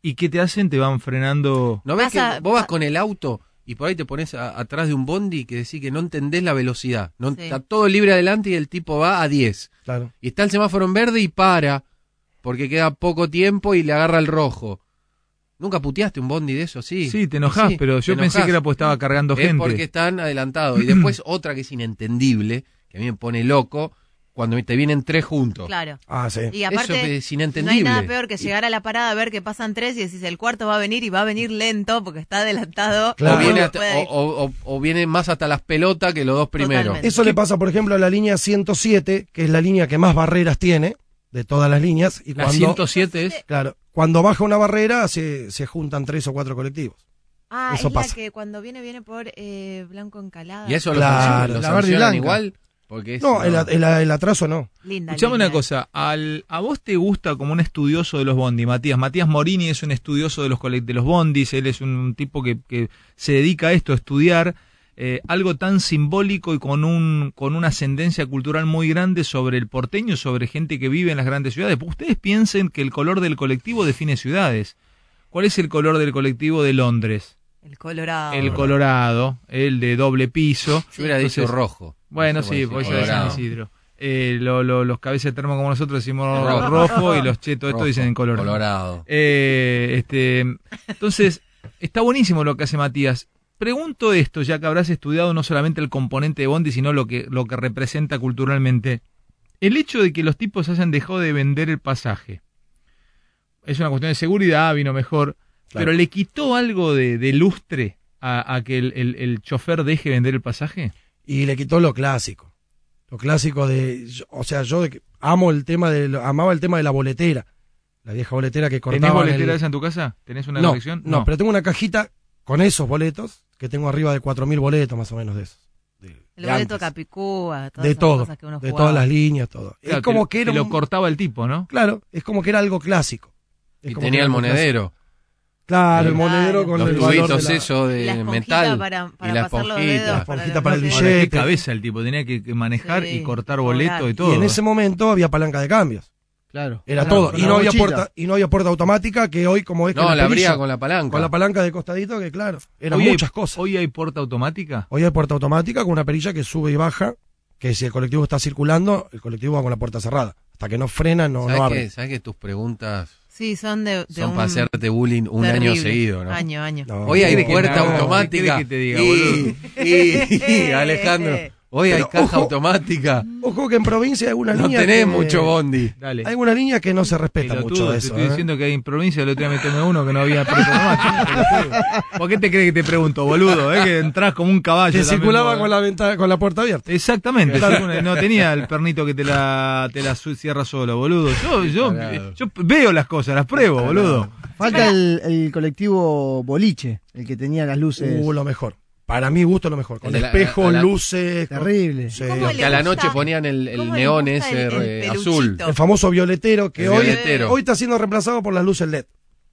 ¿Y qué te hacen? Te van frenando. ¿No ves que Pasa- vos vas pa- con el auto y por ahí te pones a- atrás de un bondi que decís que no entendés la velocidad? No, Sí. Está todo libre adelante y el tipo va a 10. Claro. Y está el semáforo en verde y para, porque queda poco tiempo y le agarra el rojo. ¿Nunca puteaste un bondi de eso? Sí, Sí, te enojás, Sí, pero yo te pensé enojás. que era porque estaba cargando es gente. porque están adelantados. Y después otra que es inentendible, que a mí me pone loco, cuando te vienen tres juntos. Claro. Ah, sí. Y Eso aparte, es no hay inentendible. nada peor que llegar a la parada a ver que pasan tres y decís el cuarto va a venir y va a venir lento porque está adelantado. Claro. O, viene No hasta- puede ir. o- o- o- o viene más hasta las pelotas que los dos primeros. Totalmente. Eso le pasa, por ejemplo, a la línea 107, que es la línea que más barreras tiene de todas las líneas. Y La cuando, 107 es. Claro. Cuando baja una barrera, se, se juntan tres o cuatro colectivos. ah, eso es la pasa. que cuando viene, viene por eh, Blanco Encalada. Y eso Claro, lo, sancionan- lo la verde y sancionan blanca. igual. Porque es- No, el, a- el a- el atraso no. Linda. Escuchame linda. eh. una cosa, al, ¿a vos te gusta como un estudioso de los bondis, Matías? Matías Morini es un estudioso de los, cole- de los bondis, él es un tipo que, que se dedica a esto, a estudiar eh, algo tan simbólico y con, un, con una ascendencia cultural muy grande sobre el porteño, sobre gente que vive en las grandes ciudades. Ustedes piensen que el color del colectivo define ciudades. ¿Cuál es el color del colectivo de Londres? El Colorado. el Colorado, el de doble piso. Yo hubiera dicho Entonces, rojo. bueno, No sé sí, por pues qué ya de San colorado. Isidro. Eh, lo- lo- los cabezas de termo como nosotros decimos Rojo. rojo, y los chetos esto Rojo, dicen en color. Colorado. Eh, este, entonces, está buenísimo lo que hace Matías. Pregunto esto, ya que habrás estudiado no solamente el componente de Bondi, sino lo que, lo que representa culturalmente. El hecho de que los tipos hayan dejado de vender el pasaje. Es una cuestión de seguridad, vino mejor. Claro. Pero le quitó algo de, de lustre a, a que el, el- el chofer deje vender el pasaje. y le quitó lo clásico. Lo clásico de, yo- o sea, yo de que amo el tema de, lo- amaba el tema de la boletera, La vieja boletera que cortaba. ¿Tenés boletera esa en tu casa? ¿Tenés una no, colección? no, pero tengo una cajita con esos boletos, que tengo arriba de 4.000 boletos más o menos de esos. De, El de boleto antes. Capicúa, todas De esas todo. cosas que uno De jugaba. todas las líneas, todo. Claro, es como te- que era te lo un- cortaba el tipo, ¿no? Claro, es como que era algo clásico. Es Y como que tenía era el algo monedero, clásico. Claro, el Claro. monedero con los el valor tubitos de la- eso Y la de esponjita metal para- para y la pasar los esponjita. dedos, esponjita para el no sé. Ahora, qué billete. cabeza el tipo, tenía que que manejar Sí, y cortar cobrar. boleto y todo. Y en ese momento había palanca de cambios. Claro. Era Una- todo. Y una no, había mochila. puerta, y no había puerta automática, que hoy como es que No, en el la abría perillo, con la palanca. con la palanca de costadito, que claro, eran Hoy hay- muchas cosas. ¿Hoy hay puerta automática? Hoy hay puerta automática con una perilla que sube y baja, que si el colectivo está circulando, el colectivo va con la puerta cerrada. Hasta que no frena, no, ¿Sabes, no que, abre. ¿Sabes que tus preguntas Sí, son de, de son un para hacerte bullying un año terrible. seguido, no? Año, año. No, Hoy hay ¿Qué querés que puerta te haga? automática. ¿Qué querés que te y, diga, y- y, Alejandro, hoy hay Pero, caja ojo. automática. Ojo que en provincia hay alguna No línea. tenés que- mucho bondi. Dale. Hay una línea que no se respeta Pelotudo, mucho de te eso. estoy ¿eh? diciendo que hay en provincia, el otro día me tomé uno que no había puerta automática. Pelotudo. ¿Por qué te crees que te pregunto, boludo? eh? Que entrás como un caballo. Que también, circulaba vos. con la, ventana, con la puerta abierta. Exactamente, Claro. sí, una- no tenía el pernito que te la, te la su- cierra solo, boludo. Yo, eh, Tarado. yo, yo veo las cosas, las pruebo, boludo. Falta el, el colectivo boliche, el que tenía las luces. Uh, lo mejor. Para mi gusto, lo mejor. Con El de la- espejo, a la- luces. con- terrible. Sí. ¿Cómo Que a la le gusta- noche ponían el, el ¿Cómo le neón gusta ese el- el eh, azul. peluchito? El famoso violetero que El hoy, violetero. hoy está siendo reemplazado por las luces LED.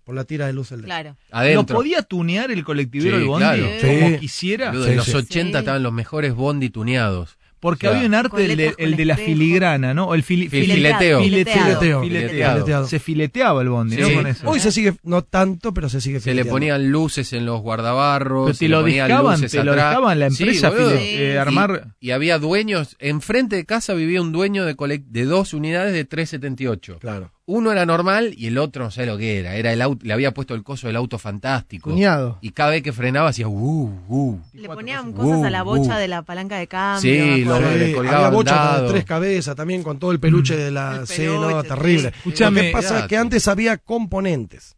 Por la tira de luces LED. Claro. ¿Lo Adentro. podía tunear el colectivero Sí, el bondi claro. como Sí. quisiera? Boludo, Sí, en los sí. 80 Sí. estaban los mejores bondi tuneados. Porque O sea, había un Con arte, el de, letras, el con de la espejos. filigrana, ¿no? El fili- Fil- fili- fileteo. fileteo. Fileteo. Fileteado. Fileteado. Se fileteaba el bondi, Sí. ¿no? Con eso. ¿eh? Hoy se sigue, no tanto, pero se sigue Se le fileteando. ponían luces en los guardabarros. Pero se te le lo ponían dejaban, luces te lo atrás. dejaban la Sí, empresa boludo. file- Sí. eh, Y- armar. Y había dueños, enfrente de casa vivía un dueño de, colec- de dos unidades de 378. Claro. Uno era normal y el otro no sé lo que era. era el auto, le había puesto el coso del auto fantástico. Cuñado. Y cada vez que frenaba hacía uh, uh. Le ponían cosas a la Uh, uh. bocha de la palanca de cambio. Sí, me lo- Sí, acuerdo. le colgaban Mm. había bochas con dado. tres cabezas también con todo el peluche de la El sí, no, peluche, terrible. sí. Escuchame. Lo que pasa es que antes había componentes.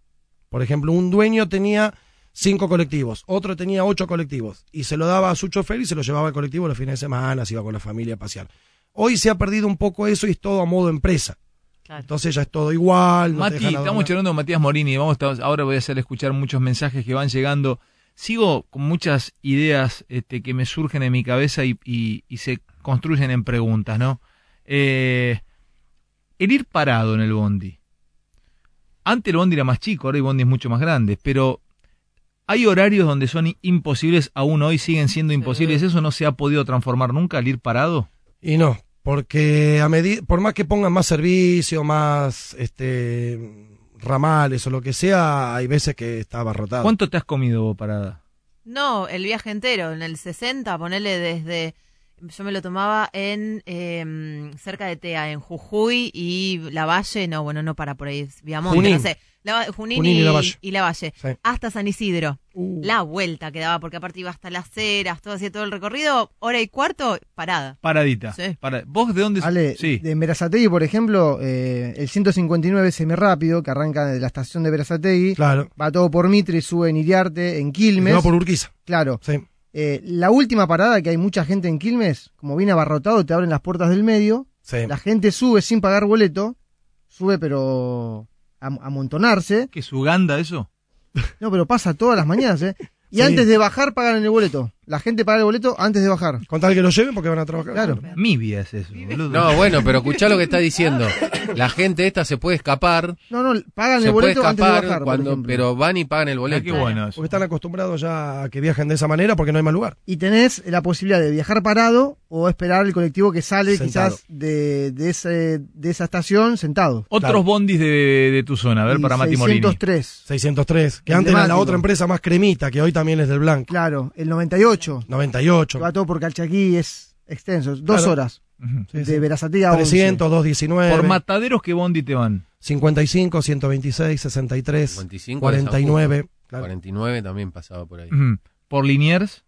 Por ejemplo, un dueño tenía cinco colectivos, otro tenía ocho colectivos y se lo daba a su chofer y se lo llevaba al colectivo los fines de semana, se iba con la familia a pasear. Hoy se ha perdido un poco eso y es todo a modo empresa. Claro. Entonces ya es todo igual. no te Mati, dejan estamos abandonar. charlando con Matías Morini. Vamos, estamos- ahora voy a hacer escuchar muchos mensajes que van llegando. Sigo con muchas ideas este, que me surgen en mi cabeza y, y- y se construyen en preguntas, ¿no? Eh, el ir parado en el bondi. Antes el bondi era más chico, ahora el bondi es mucho más grande, pero hay horarios donde son imposibles, aún hoy siguen siendo imposibles. ¿Eso no se ha podido transformar nunca, el ir parado? Y no, porque a medi- por más que pongan más servicio, más este ramales o lo que sea, hay veces que está abarrotado. ¿Cuánto te has comido vos parada? No, el viaje entero, en el 60, ponele desde... Yo me lo tomaba en eh, cerca de Tea, en Jujuy y La Valle, no, bueno, no para por ahí, es Viamonte, Junín. no sé. La- Junín, Junín y, y La Valle. y La Valle. Sí. Hasta San Isidro. Uh. La vuelta que daba, porque aparte iba hasta las ceras, todo hacía todo el recorrido, hora y cuarto, parada. Paradita. Sí. Para- ¿Vos de dónde? Ale, sí. de Verazategui, por ejemplo, eh, el 159 semirápido que arranca de la estación de Verazategui, Claro. va todo por Mitre, sube en Iriarte, en Y Quilmes. va por Urquiza. Claro. Sí. Eh, la última parada que hay mucha gente en Quilmes, como viene abarrotado, te abren las puertas del medio, sí. la gente sube sin pagar boleto, sube pero a, a amontonarse, ¿Qué es Uganda eso? no, pero pasa todas las mañanas, ¿eh? Y Sí. antes de bajar pagan el boleto, la gente paga el boleto antes de bajar. Con tal que lo lleven porque van a trabajar. Claro. Mibia es eso, boludo. No, bueno, pero escuchá lo que está diciendo. La gente esta se puede escapar, No, no, pagan se el puede boleto antes de escapar, bajar, por cuando, ejemplo. pero van y pagan el Mirá Ah, qué boleto. bueno eso. Porque están acostumbrados ya a que viajen de esa manera porque no hay más lugar. Y tenés la posibilidad de viajar parado o esperar el colectivo que sale Sentado. quizás de, de, ese, de esa estación sentado. Otros Claro. bondis de, de tu zona, a ver, Y para Mati Morini. 603, 603, que antes era la Emblemático. otra empresa más cremita, que hoy también es del Blanco. claro, el 98, que 98. va todo por Calchaquí, es extenso, dos Claro. horas Ujú. Sí, sí. de Verazategui a 11. 300, 219. Por mataderos, ¿qué bondi te van? 55, 126, 63, 55 de San Justo. 49. Claro. 49 también pasaba por ahí. Ujú. ¿Por Liniers?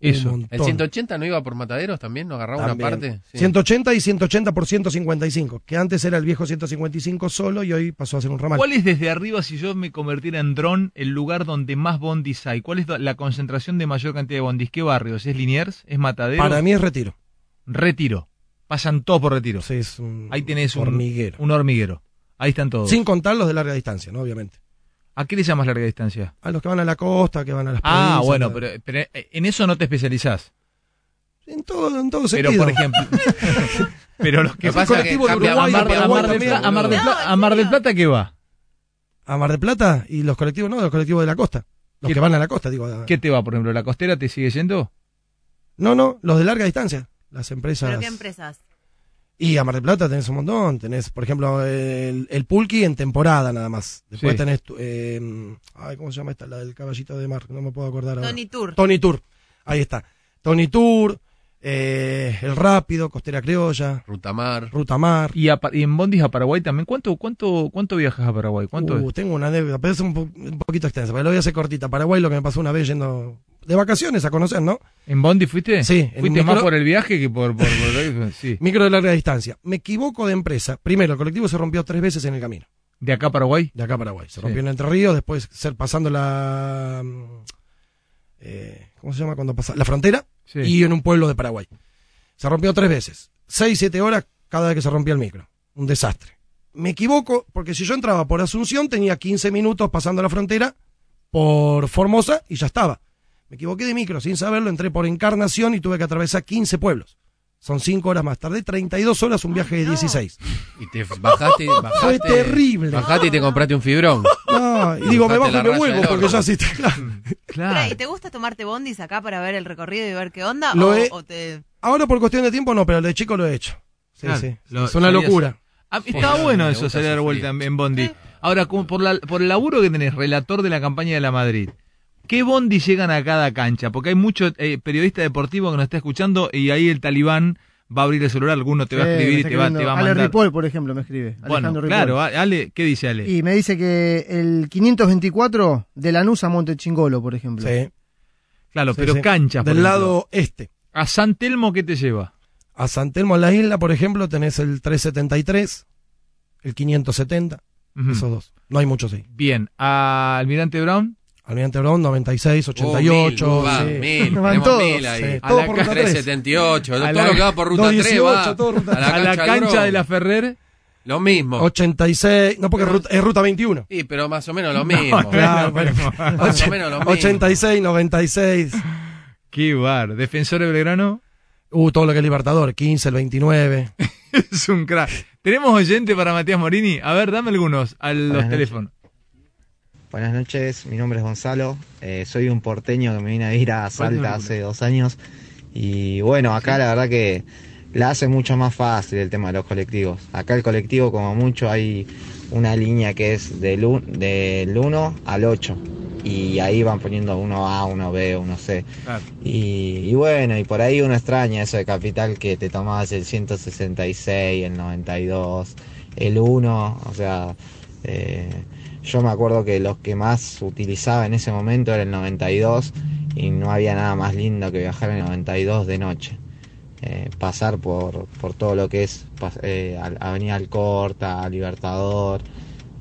Eso. Un ¿El montón. 180 no iba por mataderos también? ¿No agarraba una También. parte? Sí. 180 y 180 por 155, que antes era el viejo 155 solo y hoy pasó a ser un ramal. ¿Cuál es desde arriba, si yo me convertiera en dron, el lugar donde más bondis hay? ¿Cuál es do- la concentración de mayor cantidad de bondis? ¿Qué barrios? ¿Es Liniers? ¿Es Mataderos? Para mí es retiro. Retiro. Pasan todos por retiro. Sí, es un Ahí tenés un hormiguero. Un hormiguero. Ahí están todos. Sin contar los de larga distancia, ¿no? Obviamente. ¿A qué le llamas larga distancia? A los que van a la costa, que van a las Ah, provincias, bueno, tal. pero, pero eh, en eso no te especializás. En todo, en todo Pero, sentido. por ejemplo... pero los que Lo que pasa es que colectivo de cambia- Uruguay, a Mar de- a Mar del también, Pla- a Mar del boludo. Pla- a Mar del Plata, ¿qué va? A Mar del Plata y los colectivos, no, los colectivos de la costa. Los ¿Qué- que van a la costa, digo. a- ¿Qué te va, por ejemplo? ¿La costera te sigue yendo? No, no, los de larga distancia. Las empresas. ¿Pero qué empresas? Y a Mar del Plata tenés un montón. Tenés, por ejemplo, el, el Pulqui en temporada nada más. Después Sí. tenés. tu- eh, ay, ¿cómo se llama esta? La del caballito de mar. No me puedo acordar ahora. Tony Tour. Tony Tour. Ahí está. Tony Tour, eh, El Rápido, Costera Criolla, Rutamar. Ruta Mar. Y, a Pa- y en Bondis a Paraguay también. ¿Cuánto, cuánto, cuánto viajas a Paraguay? ¿Cuánto Uh, es? tengo una anécdota, pero es un, po- un poquito extensa, pero lo voy a hacer cortita. Paraguay lo que me pasó una vez yendo de vacaciones a conocer, ¿no? ¿En Bondi fuiste? Sí, en Fuiste micro- más por el viaje que por... por, por- sí. Micro de larga distancia. Me equivoco de empresa. Primero, el colectivo se rompió tres veces en el camino. ¿De acá a Paraguay? de acá a Paraguay. Se Sí. rompió en Entre Ríos, después ser pasando la. mm, eh, ¿Cómo se llama cuando pasa? La frontera Sí. y en un pueblo de Paraguay. Se rompió tres veces. Seis, siete horas cada vez que se rompía el micro. Un desastre. Me equivoco porque si yo entraba por Asunción tenía 15 minutos pasando la frontera por Formosa y ya estaba. Me equivoqué de micro, sin saberlo, entré por Encarnación y tuve que atravesar 15 pueblos. Son 5 horas más. Tardé 32 horas, un viaje de no. 16. Y te bajaste, bajaste. Fue terrible. Bajaste y te compraste un fibrón. No, y digo, me Buscate bajo la y me raya ¿eh? vuelvo del porque orto. ya sí, está claro. Pará, ¿Y Claro. te gusta tomarte bondis acá para ver el recorrido y ver qué onda? Lo Ah, o, he- o te... Ahora por cuestión de tiempo no, pero de chico lo he hecho. Sí, Claro, sí. lo- es una sabías- locura. Ah, estaba Sí, bueno me eso, gusta salir a dar sufrir. vuelta en, en Bondi. Ahora, como por, la- por el laburo que tenés, relator de la campaña de la Madrid, ¿qué Bondi llegan a cada cancha? Porque hay muchos eh, periodistas deportivos que nos está escuchando y ahí el talibán va a abrir el celular, alguno te va a Sí, me escribir y está te va, escribiendo. te va a Ale mandar. Ripoll, por ejemplo, me escribe. bueno, Alejandro Ripoll. claro, a- Ale, ¿qué dice Ale? Y me dice que el 524 de Lanús a Montechingolo, por ejemplo. Sí. claro, sí, pero sí. canchas. por Del ejemplo. lado este. ¿A San Telmo qué te lleva? A San Telmo en la isla, por ejemplo, tenés el 373, el 570, Ujú. esos dos. No hay muchos ahí. Bien, a Almirante Brown, Almirante Brown, 96, 88. Oh, mil, va, sí. mil, Van tenemos todos, mil ahí. sí, A todo la por ca- ruta tres. 378, A todo la- lo que va por ruta 218, 3 va. todo ruta a la a cancha, la cancha Grove. de la Ferrer. Lo mismo. 86, no porque es ruta, es ruta 21. Sí, pero más o menos lo mismo. Claro, bueno. Más o menos lo mismo. 86, 96. Qué bar. Defensor de Belgrano. Uh, todo lo que es Libertador, 15, el 29. Es un crack. Tenemos oyente para Matías Morini. A ver, dame algunos a los Buenas teléfonos. Buenas noches, mi nombre es Gonzalo, eh, soy un porteño que me vine a ir a Salta hace dos años y bueno, acá la verdad que la hace mucho más fácil el tema de los colectivos. Acá el colectivo como mucho hay una línea que es del, un- del 1 al 8 y ahí van poniendo 1A, 1B, 1C. Claro. Y, y bueno, y por ahí uno extraña eso de Capital que te tomabas el 166, el 92, el 1, o sea... eh, yo me acuerdo que los que más utilizaba en ese momento era el 92 y no había nada más lindo que viajar en el 92 de noche. Eh, pasar por, por todo lo que es pas- eh, al- Avenida Alcorta, Libertador.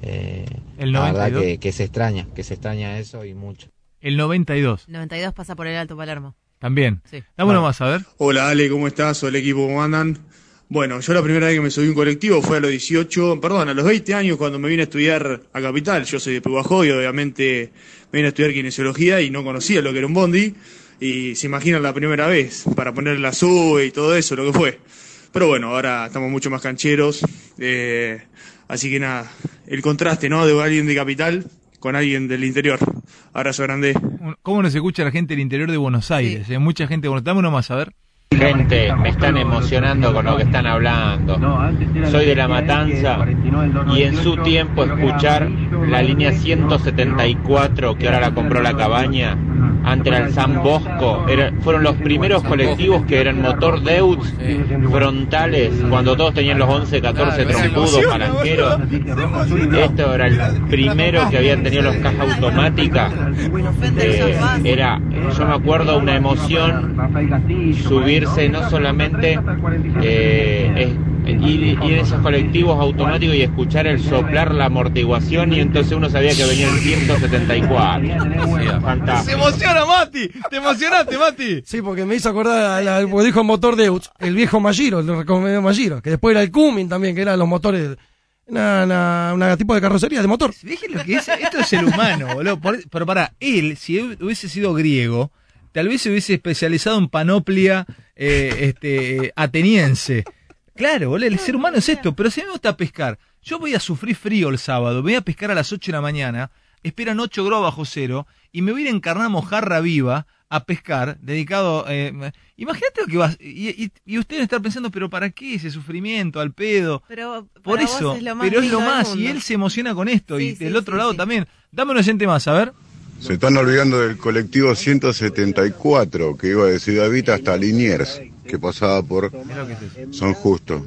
eh, El la verdad 92. que, que se extraña, que se extraña eso y mucho. El 92. 92 pasa por el Alto Palermo. También. Sí. Dame uno más, a ver. Hola Ale, ¿cómo estás? Hola equipo, ¿cómo andan? Bueno, yo la primera vez que me subí a un colectivo fue a los 18, perdón, a los 20 años cuando me vine a estudiar a Capital. Yo soy de Pehuajó y obviamente me vine a estudiar kinesiología y no conocía lo que era un bondi. Y se imaginan la primera vez, para poner la sube y todo eso, lo que fue. Pero bueno, ahora estamos mucho más cancheros. eh, así que nada, el contraste, ¿no? De alguien de Capital con alguien del interior. Abrazo grande. Un- ¿Cómo nos escucha la gente del interior de Buenos Aires? eh? Mucha gente. Bueno, dame uno más, a ver. Gente, me están emocionando con lo que están hablando. Soy de La Matanza y en su tiempo escuchar la línea 174 que ahora la compró la cabaña, antes era el San Bosco, era- fueron los primeros colectivos que eran motor Deutz, frontales, cuando todos tenían los 11, 14 Claro, se trompudos, palanqueros. Esto era el primero que habían tenido los cajas automáticas. Fender Eh, Surface. era, yo me acuerdo, una emoción subirse no solamente eh, es- ir, ir en esos colectivos automáticos y escuchar el soplar la amortiguación y entonces uno sabía que venía el 174. Sí, ¡Se fantástico. emociona, Mati! ¡Te emocionaste, Mati! Sí, porque me hizo acordar, a la- porque dijo motor de el viejo Magiro, el recomendó Magiro, que después era el Cumming también, que eran los motores. Una, una, una tipo de carrocería, de motor. Dejen lo que es. Esto es el humano, boludo. Por- pero para él, si hubiese sido griego, tal vez se hubiese especializado en panoplia eh, este, eh, ateniense. Claro, boludo, el ser humano es esto. Pero si a mí me gusta pescar, yo voy a sufrir frío el sábado, voy a pescar a las 8 de la mañana, esperan 8 grados bajo cero, y me voy a ir a encarnar mojarra viva a pescar, dedicado... eh, imagínate lo que vas... Y, y, y ustedes están pensando, pero ¿para qué ese sufrimiento al pedo? Pero Por para eso, vos es lo más pero es lindo lo del más, y mundo. él se emociona con esto, y Sí, del sí, otro sí, lado sí. también. Dame un oyente más, a ver. Se están olvidando del colectivo 174 que iba de Ciudad Vita hasta Liniers, que pasaba por Mirá lo que es eso. Son Justo.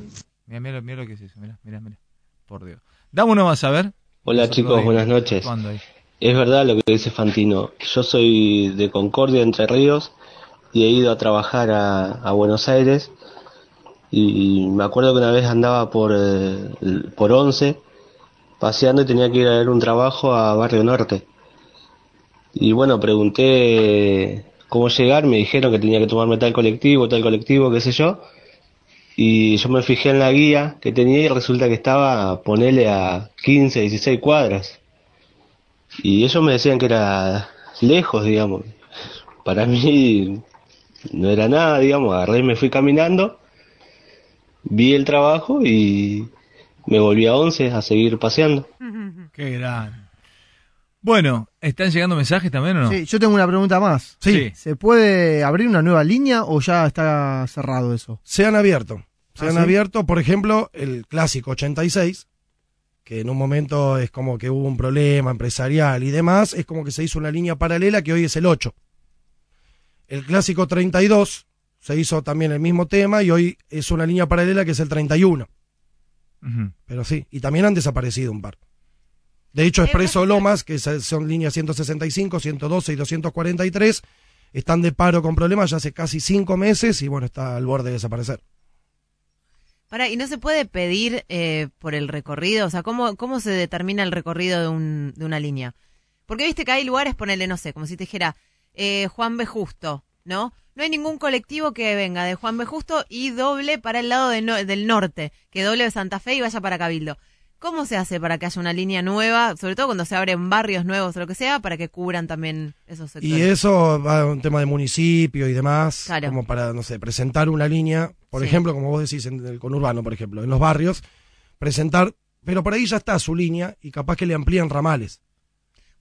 Mirá, mirá lo- mirá lo que es eso, mirá, mirá, mirá. Por Dios. Dame uno más, a ver. Hola Nosotros chicos, ahí, buenas noches. actuando ahí. Es verdad lo que dice Fantino. Yo soy de Concordia, Entre Ríos, y he ido a trabajar a, a Buenos Aires. Y me acuerdo que una vez andaba por, eh, el- por Once, paseando y tenía que ir a ver un trabajo a Barrio Norte. Y bueno, pregunté cómo llegar, me dijeron que tenía que tomarme tal colectivo, tal colectivo, qué sé yo. Y yo me fijé en la guía que tenía y resulta que estaba, ponele a 15, 16 cuadras. Y ellos me decían que era lejos, digamos. Para mí no era nada, digamos. Agarré y me fui caminando, vi el trabajo y me volví a 11 a seguir paseando. Qué gran. Bueno, ¿están llegando mensajes también o no? Sí, yo tengo una pregunta más. Sí. ¿Se puede abrir una nueva línea o ya está cerrado eso? Se han abierto. Se Ah, han ¿sí? abierto, por ejemplo, el clásico 86, que en un momento es como que hubo un problema empresarial y demás, es como que se hizo una línea paralela que hoy es el 8. El clásico 32 se hizo también el mismo tema y hoy es una línea paralela que es el 31. Ujú. Pero sí, y también han desaparecido un par. De hecho, Expreso Lomas, que se- son líneas 165, 112 y 243, están de paro con problemas ya hace casi cinco meses y bueno, está al borde de desaparecer. Pará, ¿y no se puede pedir eh, por el recorrido? O sea, ¿cómo, cómo se determina el recorrido de, un, de una línea? Porque viste que hay lugares, ponele, no sé, como si te dijera eh, Juan B. Justo, ¿no? No hay ningún colectivo que venga de Juan B. Justo y doble para el lado de no- del norte, que doble de Santa Fe y vaya para Cabildo. ¿Cómo se hace para que haya una línea nueva, sobre todo cuando se abren barrios nuevos o lo que sea, para que cubran también esos sectores? Y eh, eso va a un tema de municipio y demás, Claro. como para, no sé, presentar una línea, por Sí. ejemplo, como vos decís en el conurbano, por ejemplo, en los barrios, presentar, pero por ahí ya está su línea y capaz que le amplían ramales,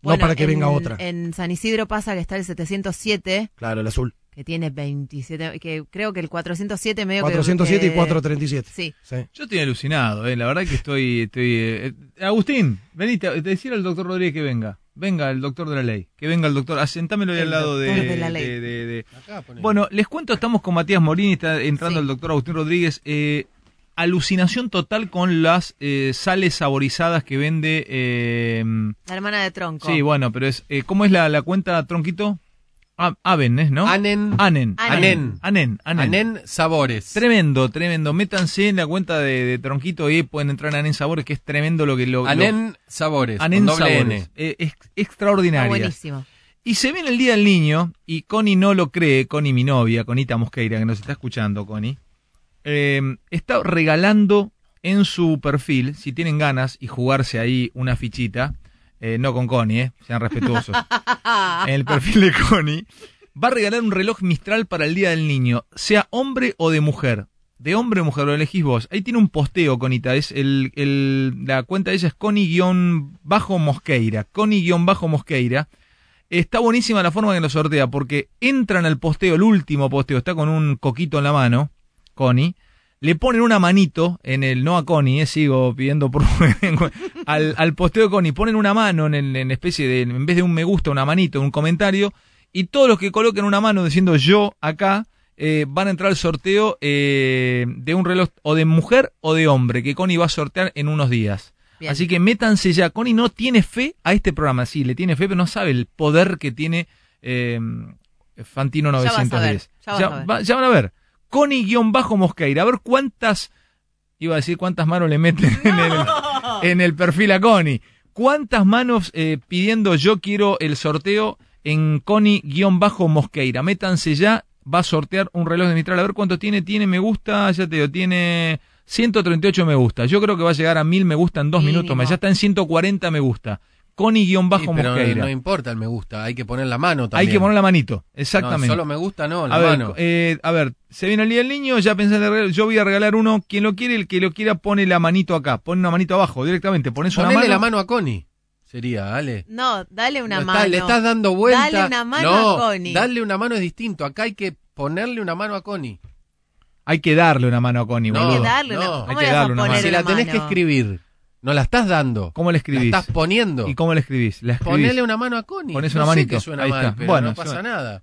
Bueno, no para que en- eh, venga otra. En San Isidro pasa que está el 707, Claro, el azul. que tiene 27, que creo que el 407 medio que- 407 y que- 437. Sí. Sí. Yo estoy alucinado, eh, la verdad que estoy... estoy eh, eh, Agustín, venite, a- decir al doctor Rodríguez que venga. Venga el doctor de la ley, que venga el doctor, asentámelo ahí El al lado de, doctor de la ley. de- de- de- Bueno, les cuento, estamos con Matías Morini, está entrando Sí. el doctor Agustín Rodríguez. Eh, alucinación total con las eh, sales saborizadas que vende... eh, La hermana de Tronco. Sí, bueno, pero es. eh, ¿Cómo es la, la cuenta, Tronquito? A- Aven, ¿es, ¿no? Anen, Anen. Anen. Anen. Anen. Anen Sabores. Tremendo, tremendo. Métanse en la cuenta de, de Tronquito y pueden entrar en Anen Sabores, que es tremendo lo que lo. lo- Anen Sabores. con Anen doble Sabores. N. Eh, es Está extraordinaria. buenísimo. Y se viene el Día del Niño, y Connie no lo cree, Connie, mi novia, Conita Mosqueira, que nos está escuchando, Connie, eh, está regalando en su perfil, si tienen ganas y jugarse ahí una fichita, eh, no con Connie, eh, sean respetuosos, en el perfil de Connie, va a regalar un reloj Mistral para el Día del Niño, sea hombre o de mujer. De hombre o mujer, lo elegís vos. Ahí tiene un posteo, Conita. Es el, el- la cuenta de ella es Connie-Mosqueira. Connie-Mosqueira. Está buenísima la forma que lo sortea, porque entran al posteo, el último posteo, está con un coquito en la mano, Connie, le ponen una manito en el, no a Connie, eh, sigo pidiendo por al, al posteo de Connie, ponen una mano en, el- en especie de, en vez de un me gusta, una manito, un comentario, y todos los que coloquen una mano diciendo yo acá, eh, van a entrar al sorteo eh, de un reloj o de mujer o de hombre, que Connie va a sortear en unos días. Bien. Así que métanse ya. Connie no tiene fe a este programa. Sí, le tiene fe, pero no sabe el poder que tiene eh, Fantino Ya vas a ver, 910. ya vas a ver. va- ya van a ver. Connie-Mosqueira. A ver cuántas. Iba a decir cuántas manos le meten en, el, en el perfil a Connie. ¿Cuántas manos eh, pidiendo yo quiero el sorteo en Connie-Mosqueira? Métanse ya. Va a sortear un reloj de Mitral. A ver cuánto tiene. Tiene me gusta. Ya te digo, tiene 138 me gusta. Yo creo que va a llegar a 1000 me gusta en dos minutos. más. Ya está en 1140 me gusta. Sí, Connie-Bajo pero Mosqueira. no importa el me gusta, hay que poner la mano también. Hay que poner la manito, exactamente. No, solo me gusta, no, la a ver, mano. eh, a ver, se viene el día del niño, ya pensé en el regalo, yo voy a regalar uno, quien lo quiere, el que lo quiera pone la manito acá, pone una manito abajo, directamente, pones una Ponele mano. la mano a Connie. Sería, Ale. No, dale una No, mano. está- le estás dando vuelta. Dale una mano No, a Connie. Darle una mano es distinto. Acá hay que ponerle una mano a Connie. Hay que darle una mano a Connie, No, hay boludo. que darle una- hay ¿cómo que le vas a darle una poner mano. Si la una tenés que mano? escribir, no la estás dando. ¿Cómo la escribís? La estás poniendo. ¿Y cómo la escribís? La escribís. Ponele una mano a Connie. Pones No una sé manito. que suena Ahí mal, está. pero bueno, no pasa suena- nada.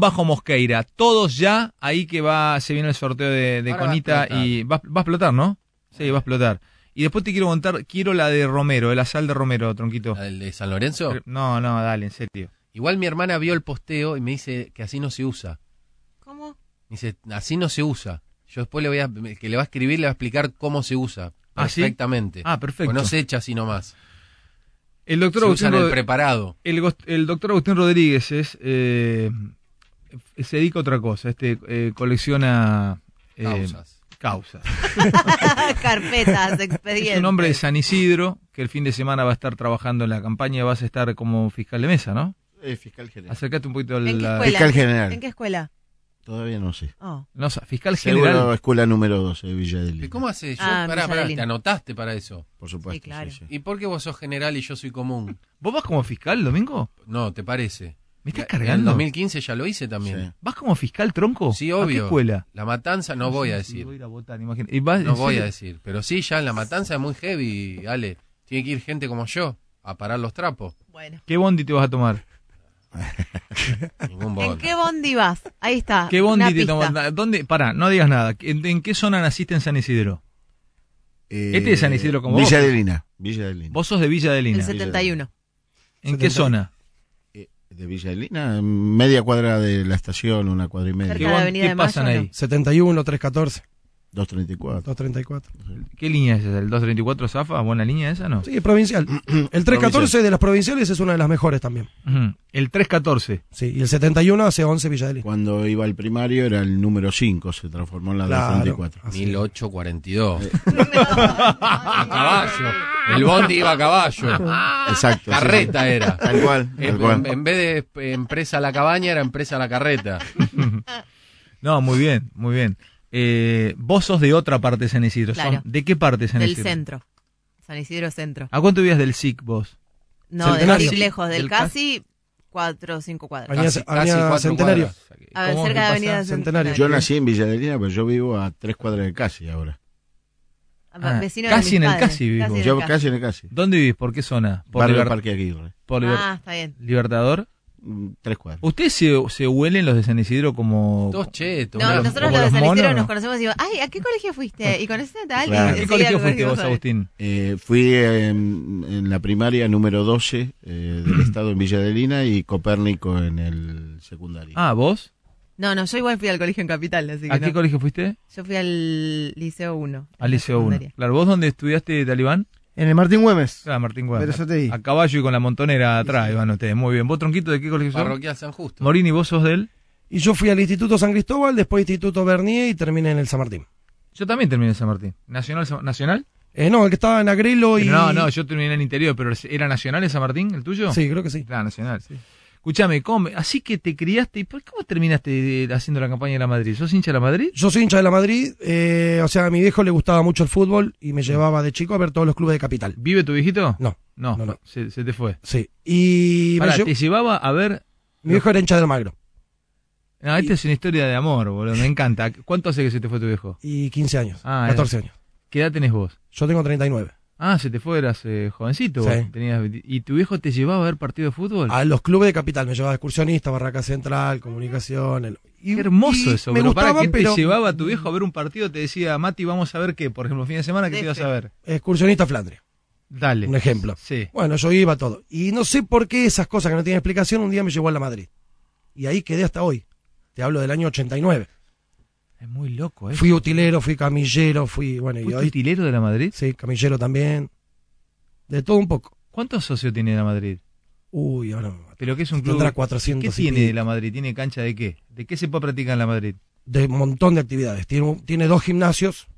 Connie-Mosqueira. Todos ya, ahí que va, se viene el sorteo de, Ahora de va a Conita explotar. y va, va a explotar, ¿no? Sí, va a explotar. Y después te quiero contar, quiero la de Romero, eh, la sal de Romero, tronquito. Eh, ¿La de San Lorenzo? No, no, dale, en serio. Igual mi hermana vio el posteo y me dice que así no se usa. ¿Cómo? Dice, así no se usa. Yo después le voy a, el que le va a escribir, le va a explicar cómo se usa. ¿Ah, sí? Perfectamente. Ah, perfecto. Pues no se echa así nomás. El doctor Se Agustín usan el Rod- preparado. El, gos- el doctor Agustín Rodríguez es, eh, se dedica a otra cosa. Este eh, colecciona eh, Causas. causas. Carpetas, Es expedientes. un hombre de San Isidro que el fin de semana va a estar trabajando en la campaña y vas a estar como fiscal de mesa, ¿no? Eh, fiscal general. Acércate un poquito ¿En al qué la- escuela? Fiscal general. ¿En qué escuela? Todavía no sé. Oh. No, sa- fiscal Seguro general. escuela número 12 de Villa del ¿Y Lirio. ¿Cómo hace? Yo, Ah, pará, pará, Misaelin. te anotaste Este para eso. Por supuesto. Sí, claro. sí, sí. ¿Y por qué vos sos general y yo soy común? ¿Vos vas como fiscal, Domingo? No, ¿te parece? ¿Me estás En el cargando? 2015 ya lo hice también. ¿Vas como fiscal, tronco? Sí, ¿A qué obvio. escuela? La matanza no sé voy a si decir. voy a ir a votar, imagínate. ¿Y vas- en No voy serio? a decir. Pero sí, ya en la matanza es muy heavy, Ale. Tiene que ir gente como yo a parar los trapos. Bueno. ¿Qué bondi te vas a tomar? Ningún ¿En bondi. qué bondi vas? Ahí está. ¿Qué una bondi te pista. tomas? ¿Dónde? Pará, no digas nada. ¿En, en qué zona naciste en San Isidro? Eh, Este es San Isidro como Villa vos. de Lina. Villa de Lina. Vos sos de Villa de El Lina. 71. ¿En 70. qué zona? De Villa de Lina, media cuadra de la estación, una cuadra y ¿Qué, Cerca de media. la bon- Avenida qué de Mayo, pasan ¿no? ahí? 71, 314, 234. 234. ¿Qué línea es esa? ¿El 234 Zafa? ¿Buena línea esa, no? Sí, provincial. El 314 de las provinciales es una de las mejores también. Ujú. El 314. Sí, y el 71 hace 11 Villa de Lima. Cuando iba al primario era el número 5, se transformó en la Eh, Claro. 234. Así. 1842. a caballo. El bondi iba a caballo. Exacto. Carreta sí. era. Tal cual, En, tal cual. en- en vez de empresa la cabaña, era empresa la carreta. No, muy bien, muy bien. Eh, vos sos de otra parte de San Isidro. ¿sos Claro. ¿De qué parte de San Del Isidro? centro. San Isidro Centro. ¿A cuánto vivías del SIC vos? No, de Centenario. muy lejos, del Del ca- casi cuatro o cinco cuadras. Avenida- Avenida cuatro Centenario. cuadras. A ver, ¿Cómo? ¿Qué cerca de pasa? Avenida Centenario. Centenario. Yo nací en Villa de Lina, pero yo vivo a tres cuadras de casi ahora. Ah, Vecino de casi mis en el padres. casi vivo. en el Yo casi. casi en el casi. ¿Dónde vivís? ¿Por qué zona? ¿Por, Barrio Liber- del Parque Aguirre. por Liber- Ah, está bien. Libertador? Mm, Tres cuadras. ¿Ustedes se, se huelen los de San Isidro como... Dos chetos. No, una- como nosotros los de los San monos, Isidro ¿no? nos conocemos y digo, ay, ¿a qué colegio fuiste? Y conocés a tal. y Claro. ¿A qué enseguida colegio lo fuiste vos, conocimos a él. Agustín? Eh, fui en, en la primaria número 12 eh, del estado en Villa de Lina y Copérnico en el secundario. Ah, ¿vos? No, no, yo igual fui al colegio en Capital, así ¿A que qué no. colegio fuiste? Yo fui al Liceo 1. Al Liceo 1. Claro, ¿vos dónde estudiaste, Talibán? En el Martín Güemes. Ah, Martín Guadal. Berazategui. A caballo y con la montonera atrás, iban ustedes. Muy bien. ¿Vos, Tronquito, de qué colegio sos? Parroquial San Justo. Morini, ¿vos sos del? Y yo fui al Instituto San Cristóbal, después Instituto Bernier y terminé en el San Martín. Yo también terminé en San Martín. ¿Nacional? ¿Nacional? Eh, no, el que estaba en Agrelo y... Eh, No, no, yo terminé en el interior, pero ¿era nacional en San Martín, el tuyo? Sí, creo que sí. Ah, nacional. Escuchame, come. Así que te criaste. ¿Y por cómo terminaste eh, haciendo la campaña de la Madrid? ¿Sos hincha de la Madrid? Yo soy hincha de la Madrid, eh, o sea, a mi viejo le gustaba mucho el fútbol y me llevaba de chico a ver todos los clubes de capital. ¿Vive tu viejito? No, No, no, no. Se, se te fue. sí. Y me Pará, lle- te llevaba a ver. mi viejo era hincha del Magro No, esta es una historia de amor, boludo. Me encanta. ¿Cuánto hace que se te fue tu viejo? y 15 años, Ah, 14 años. ¿Qué edad tenés vos? Yo tengo 39. Ah, se te fue, eras eh, jovencito. vos. Sí. Tenías 20 ¿Y tu viejo te llevaba a ver partido de fútbol? A los clubes de capital me llevaba de excursionista, Barraca Central, Comunicación. el- y- Qué hermoso y eso, Me bro. Pará, gustaba, ¿quién pero te llevaba a tu viejo a ver un partido? Te decía, Mati, vamos a ver qué, por ejemplo, fin de semana, ¿qué te ibas a ver? excursionista a Flandria. Dale. Un ejemplo. Sí. Bueno, yo iba a todo. Y no sé por qué esas cosas que no tienen explicación un día me llevó a la Madrid. Y ahí quedé hasta hoy. Te hablo del año 89. Es muy loco, ¿eh? Fui utilero, fui camillero, fui, bueno, y ¿Fuiste hoy utilero de la Madrid? sí, camillero también. De todo un poco. ¿Cuántos socios tiene la Madrid? Uy, ahora me mato. Pero que es un club. tendrá ¿Qué 400 y tiene pico. la Madrid? ¿Tiene cancha de qué? ¿De qué se puede practicar en la Madrid? de un montón de actividades. Tiene, un- tiene dos gimnasios,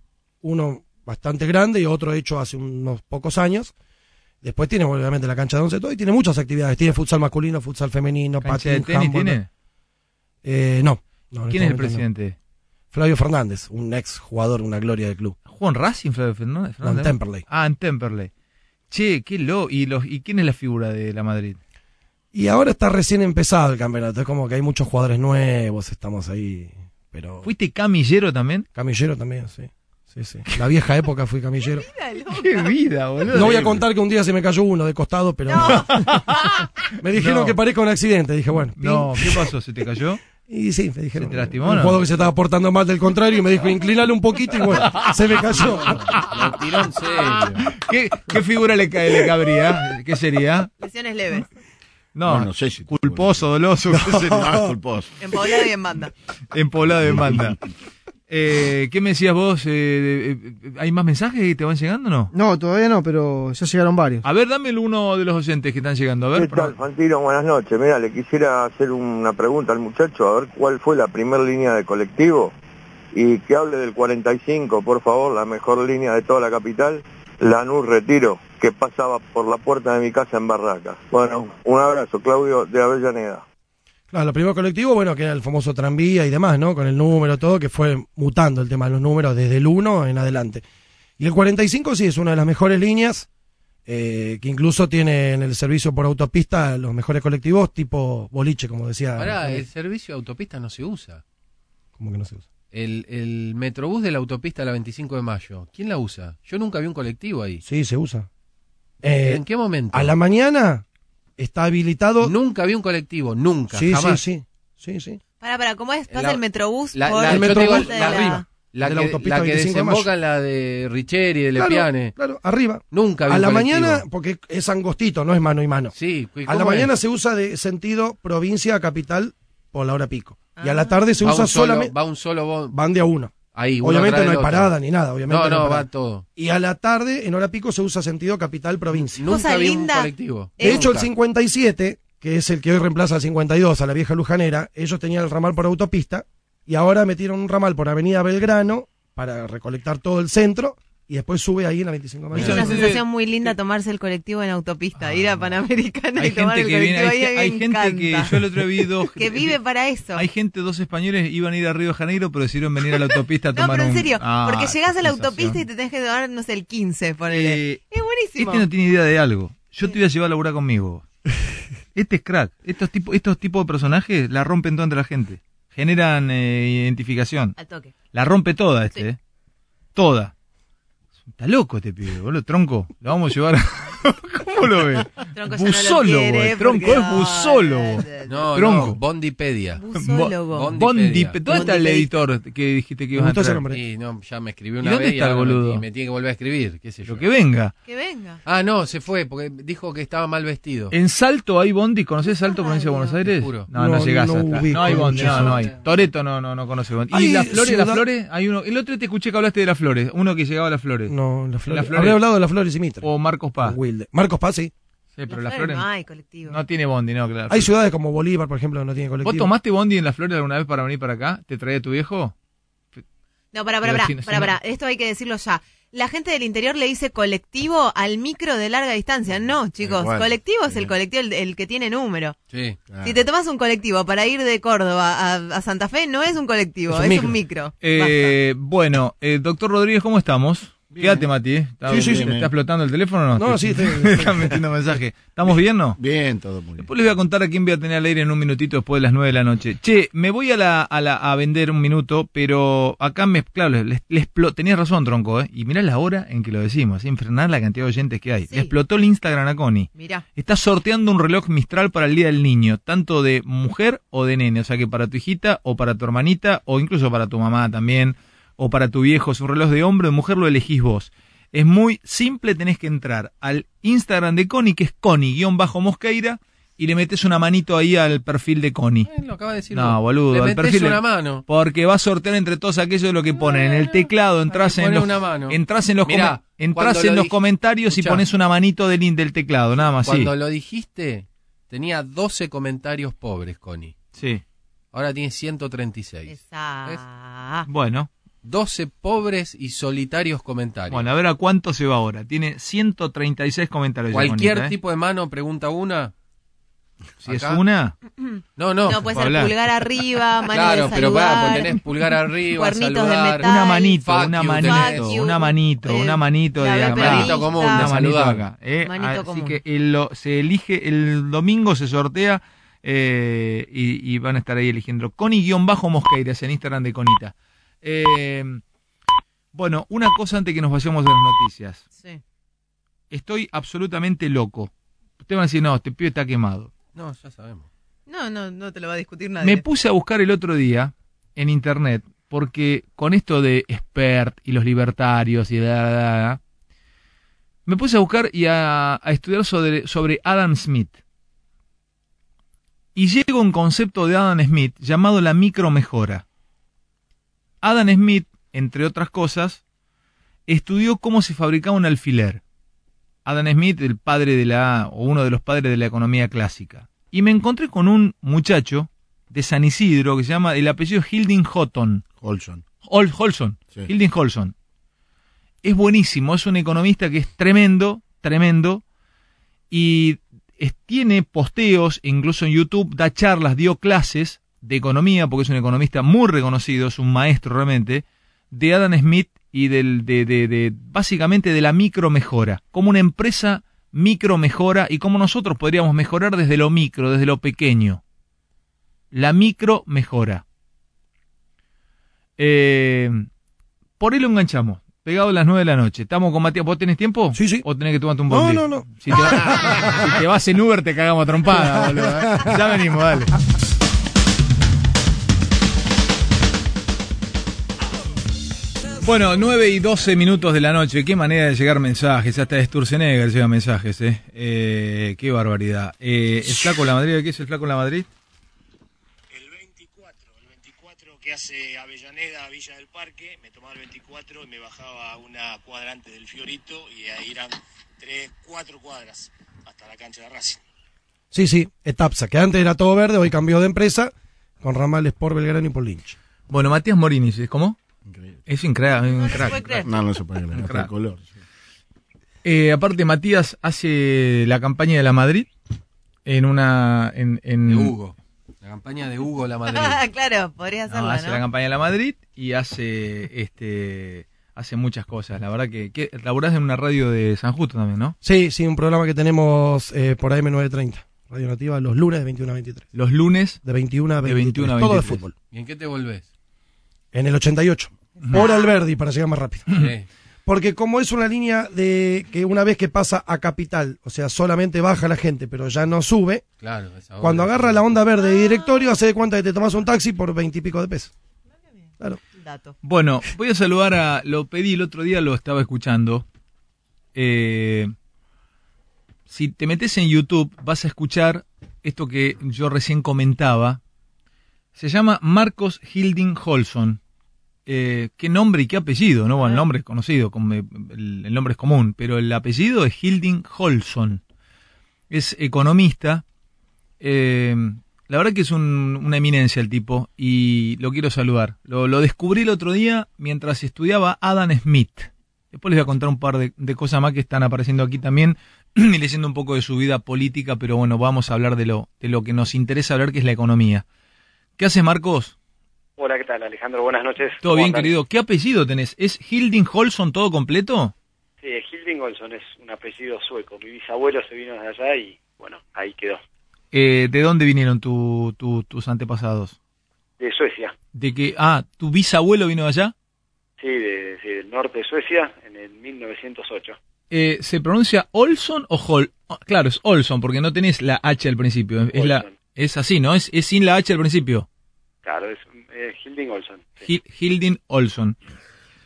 uno bastante grande y otro hecho hace unos pocos años. Después tiene obviamente la cancha de once todo y tiene muchas actividades. Tiene futsal masculino, futsal femenino, ¿Cancha patín, de tenis handball. tiene? Eh, no. no, en ¿Quién este momento es el no. presidente? Flavio Fernández, un ex jugador, una gloria del club. ¿Juan Racing, Flavio Fernández? No, en Temperley. Ah, en Temperley. Che, qué lo. ¿Y, los, ¿Y quién es la figura de la Madrid? Y ahora está recién empezado el campeonato. Es como que hay muchos jugadores nuevos, estamos ahí. Pero ¿Fuiste camillero también? Camillero también, sí. Sí, sí. La vieja época fui camillero. ¡Qué vida, boludo! No voy a contar que un día se me cayó uno de costado, pero. me dijeron No. que parezca un accidente. Dije, bueno. pin. No, ¿qué pasó? ¿Se te cayó? Y sí, me dijeron. ¿Se te lastimó? Un no? jugador que se estaba portando mal del contrario y me dijo, inclinale un poquito y bueno, se me cayó. Lo tiró en serio. ¿Qué, qué figura le, cae, le cabría? ¿Qué sería? Lesiones leves. No, no sé si te- culposo, doloso. ¿qué sería? Ah, culposo. En Poblado y en Banda. En Poblado de Manda. Eh, ¿Qué me decías vos? Eh, eh, eh, ¿Hay más mensajes que te van llegando o no? No, todavía no, pero ya llegaron varios. A ver, dame el uno de los oyentes que están llegando. A ver, ¿Qué tal, Fantino? Buenas noches. Mira, le quisiera hacer una pregunta al muchacho, a ver cuál fue la primera línea de colectivo y que hable del 45, por favor, la mejor línea de toda la capital, Lanús Retiro, que pasaba por la puerta de mi casa en Barraca. Bueno, un abrazo, Claudio de Avellaneda. Claro, lo primero colectivo, bueno, que era el famoso tranvía y demás, ¿no? Con el número, todo, que fue mutando el tema de los números desde el 1 en adelante. Y el 45 sí es una de las mejores líneas, eh, que incluso tiene en el servicio por autopista los mejores colectivos, tipo boliche, como decía. Pará, Antonio. el servicio de autopista no se usa. Como que no se usa. El, el metrobús de la autopista la 25 de mayo, ¿quién la usa? Yo nunca vi un colectivo ahí. Sí, se usa. Eh, ¿En qué momento? A la mañana está habilitado. Nunca vi un colectivo, nunca, Sí, jamás. sí, sí. Sí, sí. Para, para, ¿cómo es? Pasa La- el Metrobús La, por la- el yo te digo, Metrobús de la- la... la De la que, autopista la que 25 de mayo. desemboca en la de Richeri, de Claro, Lepiane. Claro, arriba. Nunca vi A un la colectivo. mañana, porque es angostito, no es mano y mano. Sí, ¿y A la cómo es? mañana se usa de sentido provincia a capital por la hora pico. Y a Ah. la tarde se Va usa un solo- solamente. Va un solo bo- Van de a uno. Ahí, uno obviamente atrás no del hay otro. parada ni nada. Obviamente No, hay no, parada. va todo. Y a la tarde, en hora pico, se usa sentido capital provincia. Nunca Cosa vi linda. un colectivo. De hecho, el Nunca. 57, que es el que hoy reemplaza al 52, a la vieja Lujanera, ellos tenían el ramal por autopista y ahora metieron un ramal por Avenida Belgrano para recolectar todo el centro y después sube ahí en la 25 de mayo. Es una sensación eh, muy linda tomarse el colectivo en autopista, ir a Panamericana Ah. Hay y tomar gente que el viene, colectivo hay, ahí, a mí hay me gente que encanta. yo el otro día vi dos. Que vive para eso. Hay gente, dos españoles iban a ir a Río de Janeiro, pero decidieron venir a la autopista a No, tomar pero en un- serio, Ah, porque llegás a la qué autopista sensación. y te tenés que tomar, no sé, el 15, ponele. Eh, es buenísimo. Este no tiene idea de algo. Yo te voy a llevar a laburar conmigo. Este es crack. Estos tipos estos tipos de personajes la rompen toda entre la gente. Generan eh, identificación. Al toque. La rompe toda este. eh. Toda. Está loco este pibe, boludo. Tronco. Lo vamos a llevar. ¿Cómo lo ves? Tronco ya no lo Buzólogo. quiere eh. Tronco porque- es buzólogo. No, Tronco. no, Bondipedia. Buzólogo. Bo- Bondi. ¿Dónde está el Bondipedia. editor que dijiste que ibas a gustó ese entrar? nombre. Hombre. Y no, ya me escribió ¿Y una dónde vez y está el ahora me- boludo? y me tiene que volver a escribir, qué sé yo. Lo que venga. Que venga. Ah, no, se fue porque dijo que estaba mal vestido. En Salto hay Bondi, ¿conoces Salto, provincia de Buenos Aires? juro. No, no, No, llegás no hasta. ubico No hay Bondi, no, mucho. no hay. Toreto no, no, no conoce Bondi. Hay ¿Y las flores, las ciudad- flores? Hay uno. El otro te escuché que hablaste de las flores, uno que llegaba a las flores. No, la flores. Las Flores. Habré hablado de las flores y Mitre. O Marcos Paz. Sí, Wilde. Marcos Paz, sí. pero Las las flores flores. no hay colectivo. No tiene Bondi, no, claro. Hay ciudades como Bolívar, por ejemplo, que no tiene ¿Vos colectivo. tomaste Bondi en las flores alguna vez para venir para acá? ¿Te traía tu viejo? No, para, Pero para, para, si no- si para, no- esto hay que decirlo ya. La gente del interior le dice colectivo al micro de larga distancia. No, chicos, igual, colectivo es el sí. colectivo, el, el que tiene número. Sí. Ah. Si te tomas un colectivo para ir de Córdoba a, a Santa Fe, no es un colectivo, es un micro. Eh, bueno, eh, doctor Rodríguez, ¿cómo estamos? Quédate, Mati. ¿eh? ¿Está, Sí, sí, sí. ¿te ¿Está explotando el teléfono o no? No, sí, estoy- Están metiendo mensaje. ¿Estamos bien, no? Bien, todo muy bien. Después les voy a contar a quién voy a tener al aire en un minutito después de las 9 de la noche. Che, me voy a la, a la- a vender un minuto, pero acá me, claro, les, les explo- tenías razón, Tronco, ¿eh? Y mirá la hora en que lo decimos, sin frenar la cantidad de oyentes que hay. Sí. Le explotó el Instagram a Connie. Mirá. Está sorteando un reloj Mistral para el Día del Niño, tanto de mujer o de nene, o sea que para tu hijita o para tu hermanita o incluso para tu mamá también, o para tu viejo, es un reloj de hombre o de mujer, lo elegís vos. Es muy simple, tenés que entrar al Instagram de Connie, que es Connie-Mosqueira, y le metes una manito ahí al perfil de Connie. Eh, lo acaba de decir. No, vos. boludo, Le al metés perfil- una mano. Porque va a sortear entre todos aquellos lo que ponen en el teclado, entras Ahí en pone los, una mano. entras en los, Mirá, come- entras cuando en lo los dij- comentarios Escuchá. y pones una manito del, in- del teclado, nada más. Cuando Ah, sí. lo dijiste, tenía 12 comentarios pobres, Connie. sí. Ahora tiene 136. Esa. Bueno, 12 pobres y solitarios comentarios. Bueno, a ver a cuánto se va ahora. Tiene 136 comentarios. Cualquier Yamonita, ¿eh? tipo de mano pregunta una. Si es una, No, no. No, puede para ser hablar. pulgar arriba, mano Claro, de pero saludar, pará, porque tenés pulgar arriba, cuernitos de saludar. metal. una manito, Fuck una you, manito, tenés. una manito, una manito de la acá. manito común, de Una manito saludar. acá, ¿eh? Manito Así común. que el lo- se elige, el domingo se sortea eh, y, y van a estar ahí eligiendo. Connie-Mosqueiras en Instagram de Conita. Eh, bueno, una cosa antes que nos vayamos de las noticias. Sí. Estoy absolutamente loco. Ustedes van a decir, no, este pibe está quemado. No, ya sabemos. No, no, no te lo va a discutir nadie. Me puse a buscar el otro día en internet, porque con esto de expert y los libertarios y da, da, da, da, me puse a buscar y a, a estudiar sobre, sobre Adam Smith. Y llego a un concepto de Adam Smith llamado la micromejora. Adam Smith, entre otras cosas, estudió cómo se fabricaba un alfiler. Adam Smith, el padre de la, o uno de los padres de la economía clásica. Y me encontré con un muchacho de San Isidro que se llama, el apellido es Hilding Houghton. Holson. Hol- Holson. Sí. Hilding Holson. Es buenísimo, es un economista que es tremendo, tremendo. Y es- tiene posteos, incluso en YouTube, da charlas, dio clases de economía, porque es un economista muy reconocido, es un maestro realmente, de Adam Smith y del, de, de- de- básicamente de la micromejora. Como una empresa micromejora y cómo nosotros podríamos mejorar desde lo micro, desde lo pequeño. La micromejora. Eh, por ahí lo enganchamos. Pegado a las 9 de la noche. Estamos con Matías. ¿Vos tenés tiempo? Sí, sí. ¿O tenés que tomarte un No, bondi? no, no. Si te, vas, si te vas en Uber te cagamos a trompada, boludo. ¿eh? Ya venimos, dale. Bueno, 9 y 12 minutos de la noche. Qué manera de llegar mensajes. Hasta de Sturzenegger llega mensajes, ¿eh? Eh, qué barbaridad. Eh, ¿El flaco de la Madrid? ¿Qué es el flaco de la Madrid? que hace Avellaneda a Villa del Parque, me tomaba el 24 y me bajaba a una cuadra antes del Fiorito y ahí eran 3, 4 cuadras hasta la cancha de Racing. Sí, sí, Etapsa, que antes era todo verde, hoy cambió de empresa con ramales por Belgrano y por Lynch. Bueno, Matías Morini, ¿sí? ¿cómo? Es increíble. un crack. No, no se puede creer, Un hasta crack. el color. Eh, aparte, Matías hace la campaña de la Madrid en una. En, en- De Hugo. La campaña de Hugo La Madrid. Ah, claro, podría No, hacerlo, hace ¿no? la campaña de la Madrid y hace este hace muchas cosas. La verdad que, que laburás en una radio de San Justo también, ¿no? Sí, sí, un programa que tenemos eh, por AM930, Radio Nativa, los lunes de 21 a 23. Los lunes. De 21 a de 23. 21 a Todo de 23. fútbol. ¿Y en qué te volvés? En el 88. Por Alberdi, para llegar más rápido. Sí. Porque como es una línea de que una vez que pasa a capital, o sea, solamente baja la gente, pero ya no sube, Claro, esa cuando hora. agarra la onda verde de directorio, hace de cuenta que te tomas un taxi por 20 y pico de pesos. Claro. Bueno, voy a saludar a. Lo pedí el otro día, lo estaba escuchando. Eh, si te metes en YouTube, vas a escuchar esto que yo recién comentaba. Se llama Marcos Hilding Holson. Eh, qué nombre y qué apellido, ¿no? Bueno, el nombre es conocido, como eh, el, el nombre es común, pero el apellido es Hilding Holson. Es economista. Eh, la verdad que es un- una eminencia el tipo y lo quiero saludar. Lo, lo descubrí el otro día mientras estudiaba Adam Smith. Después les voy a contar un par de, de cosas más que están apareciendo aquí también y leyendo un poco de su vida política, pero bueno, vamos a hablar de lo, de lo que nos interesa hablar, que es la economía. ¿Qué haces, Marcos? Hola, ¿qué tal, Alejandro? Buenas noches. ¿Todo ¿Cómo bien, andan? querido? ¿Qué apellido tenés? ¿Es Hilding Holson todo completo? Sí, Hilding Olson es un apellido sueco. Mi bisabuelo se vino de allá y, bueno, ahí quedó. Eh, ¿De dónde vinieron tu- tu- tus antepasados? De Suecia, ¿De que, ah, tu bisabuelo vino de allá? sí, de- sí, del norte de Suecia, en el 1908. Eh, ¿Se pronuncia Olson o Hol? oh, Claro, es Olson, porque no tenés la H al principio. Es, la, es así, ¿no? Es, es sin la H al principio. Claro, es eh, Hilding Olson. Hi- Hilding Olson.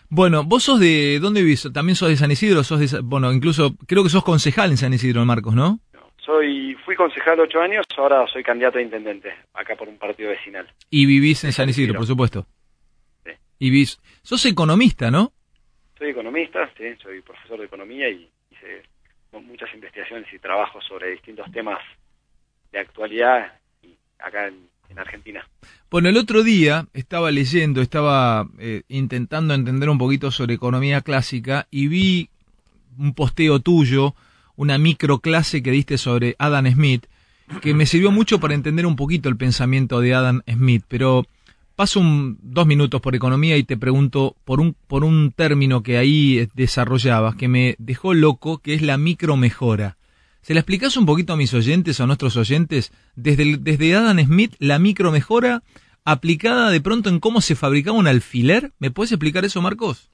Bueno, vos sos de. ¿Dónde vivís? ¿También sos de San Isidro? Sos de, Sa- bueno, incluso creo que sos concejal en San Isidro, Marcos, ¿no? Soy, fui concejal ocho años, ahora soy candidato a intendente, acá por un partido vecinal. Y vivís en San Isidro, por supuesto. Y vivís. Sos economista, ¿no? Soy economista, sí, soy profesor de economía y hice mu- muchas investigaciones y trabajos sobre distintos temas de actualidad y acá en en Argentina. Bueno, el otro día estaba leyendo, estaba eh, intentando entender un poquito sobre economía clásica y vi un posteo tuyo, una microclase que diste sobre Adam Smith, que me sirvió mucho para entender un poquito el pensamiento de Adam Smith, pero paso un- dos minutos por economía y te pregunto por un, por un término que ahí eh, desarrollabas, que me dejó loco, que es la micromejora. ¿Se la explicás un poquito a mis oyentes, a nuestros oyentes? Desde, el- desde Adam Smith, la micromejora aplicada de pronto en cómo se fabricaba un alfiler. ¿Me puedes explicar eso, Marcos?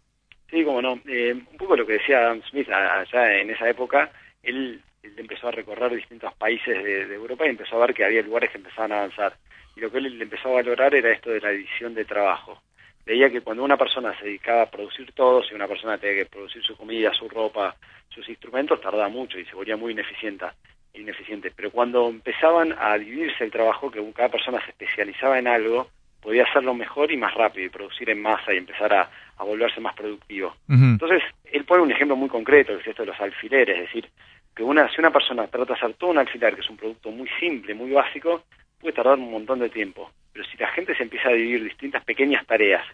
Sí, como no. Eh, un poco lo que decía Adam Smith a- allá en esa época, él, él empezó a recorrer distintos países de, de Europa y empezó a ver que había lugares que empezaban a avanzar. Y lo que él empezó a valorar era esto de la división de trabajo. Veía que cuando una persona se dedicaba a producir todo, si una persona tenía que producir su comida, su ropa, sus instrumentos, tardaba mucho y se volvía muy ineficiente. ineficiente. Pero cuando empezaban a dividirse el trabajo, que cada persona se especializaba en algo, podía hacerlo mejor y más rápido y producir en masa y empezar a, a volverse más productivo. Entonces, él pone un ejemplo muy concreto, que es esto de los alfileres, es decir, que una, si una persona trata de hacer todo un alfiler, que es un producto muy simple, muy básico, puede tardar un montón de tiempo. Pero si la gente se empieza a dividir distintas pequeñas tareas,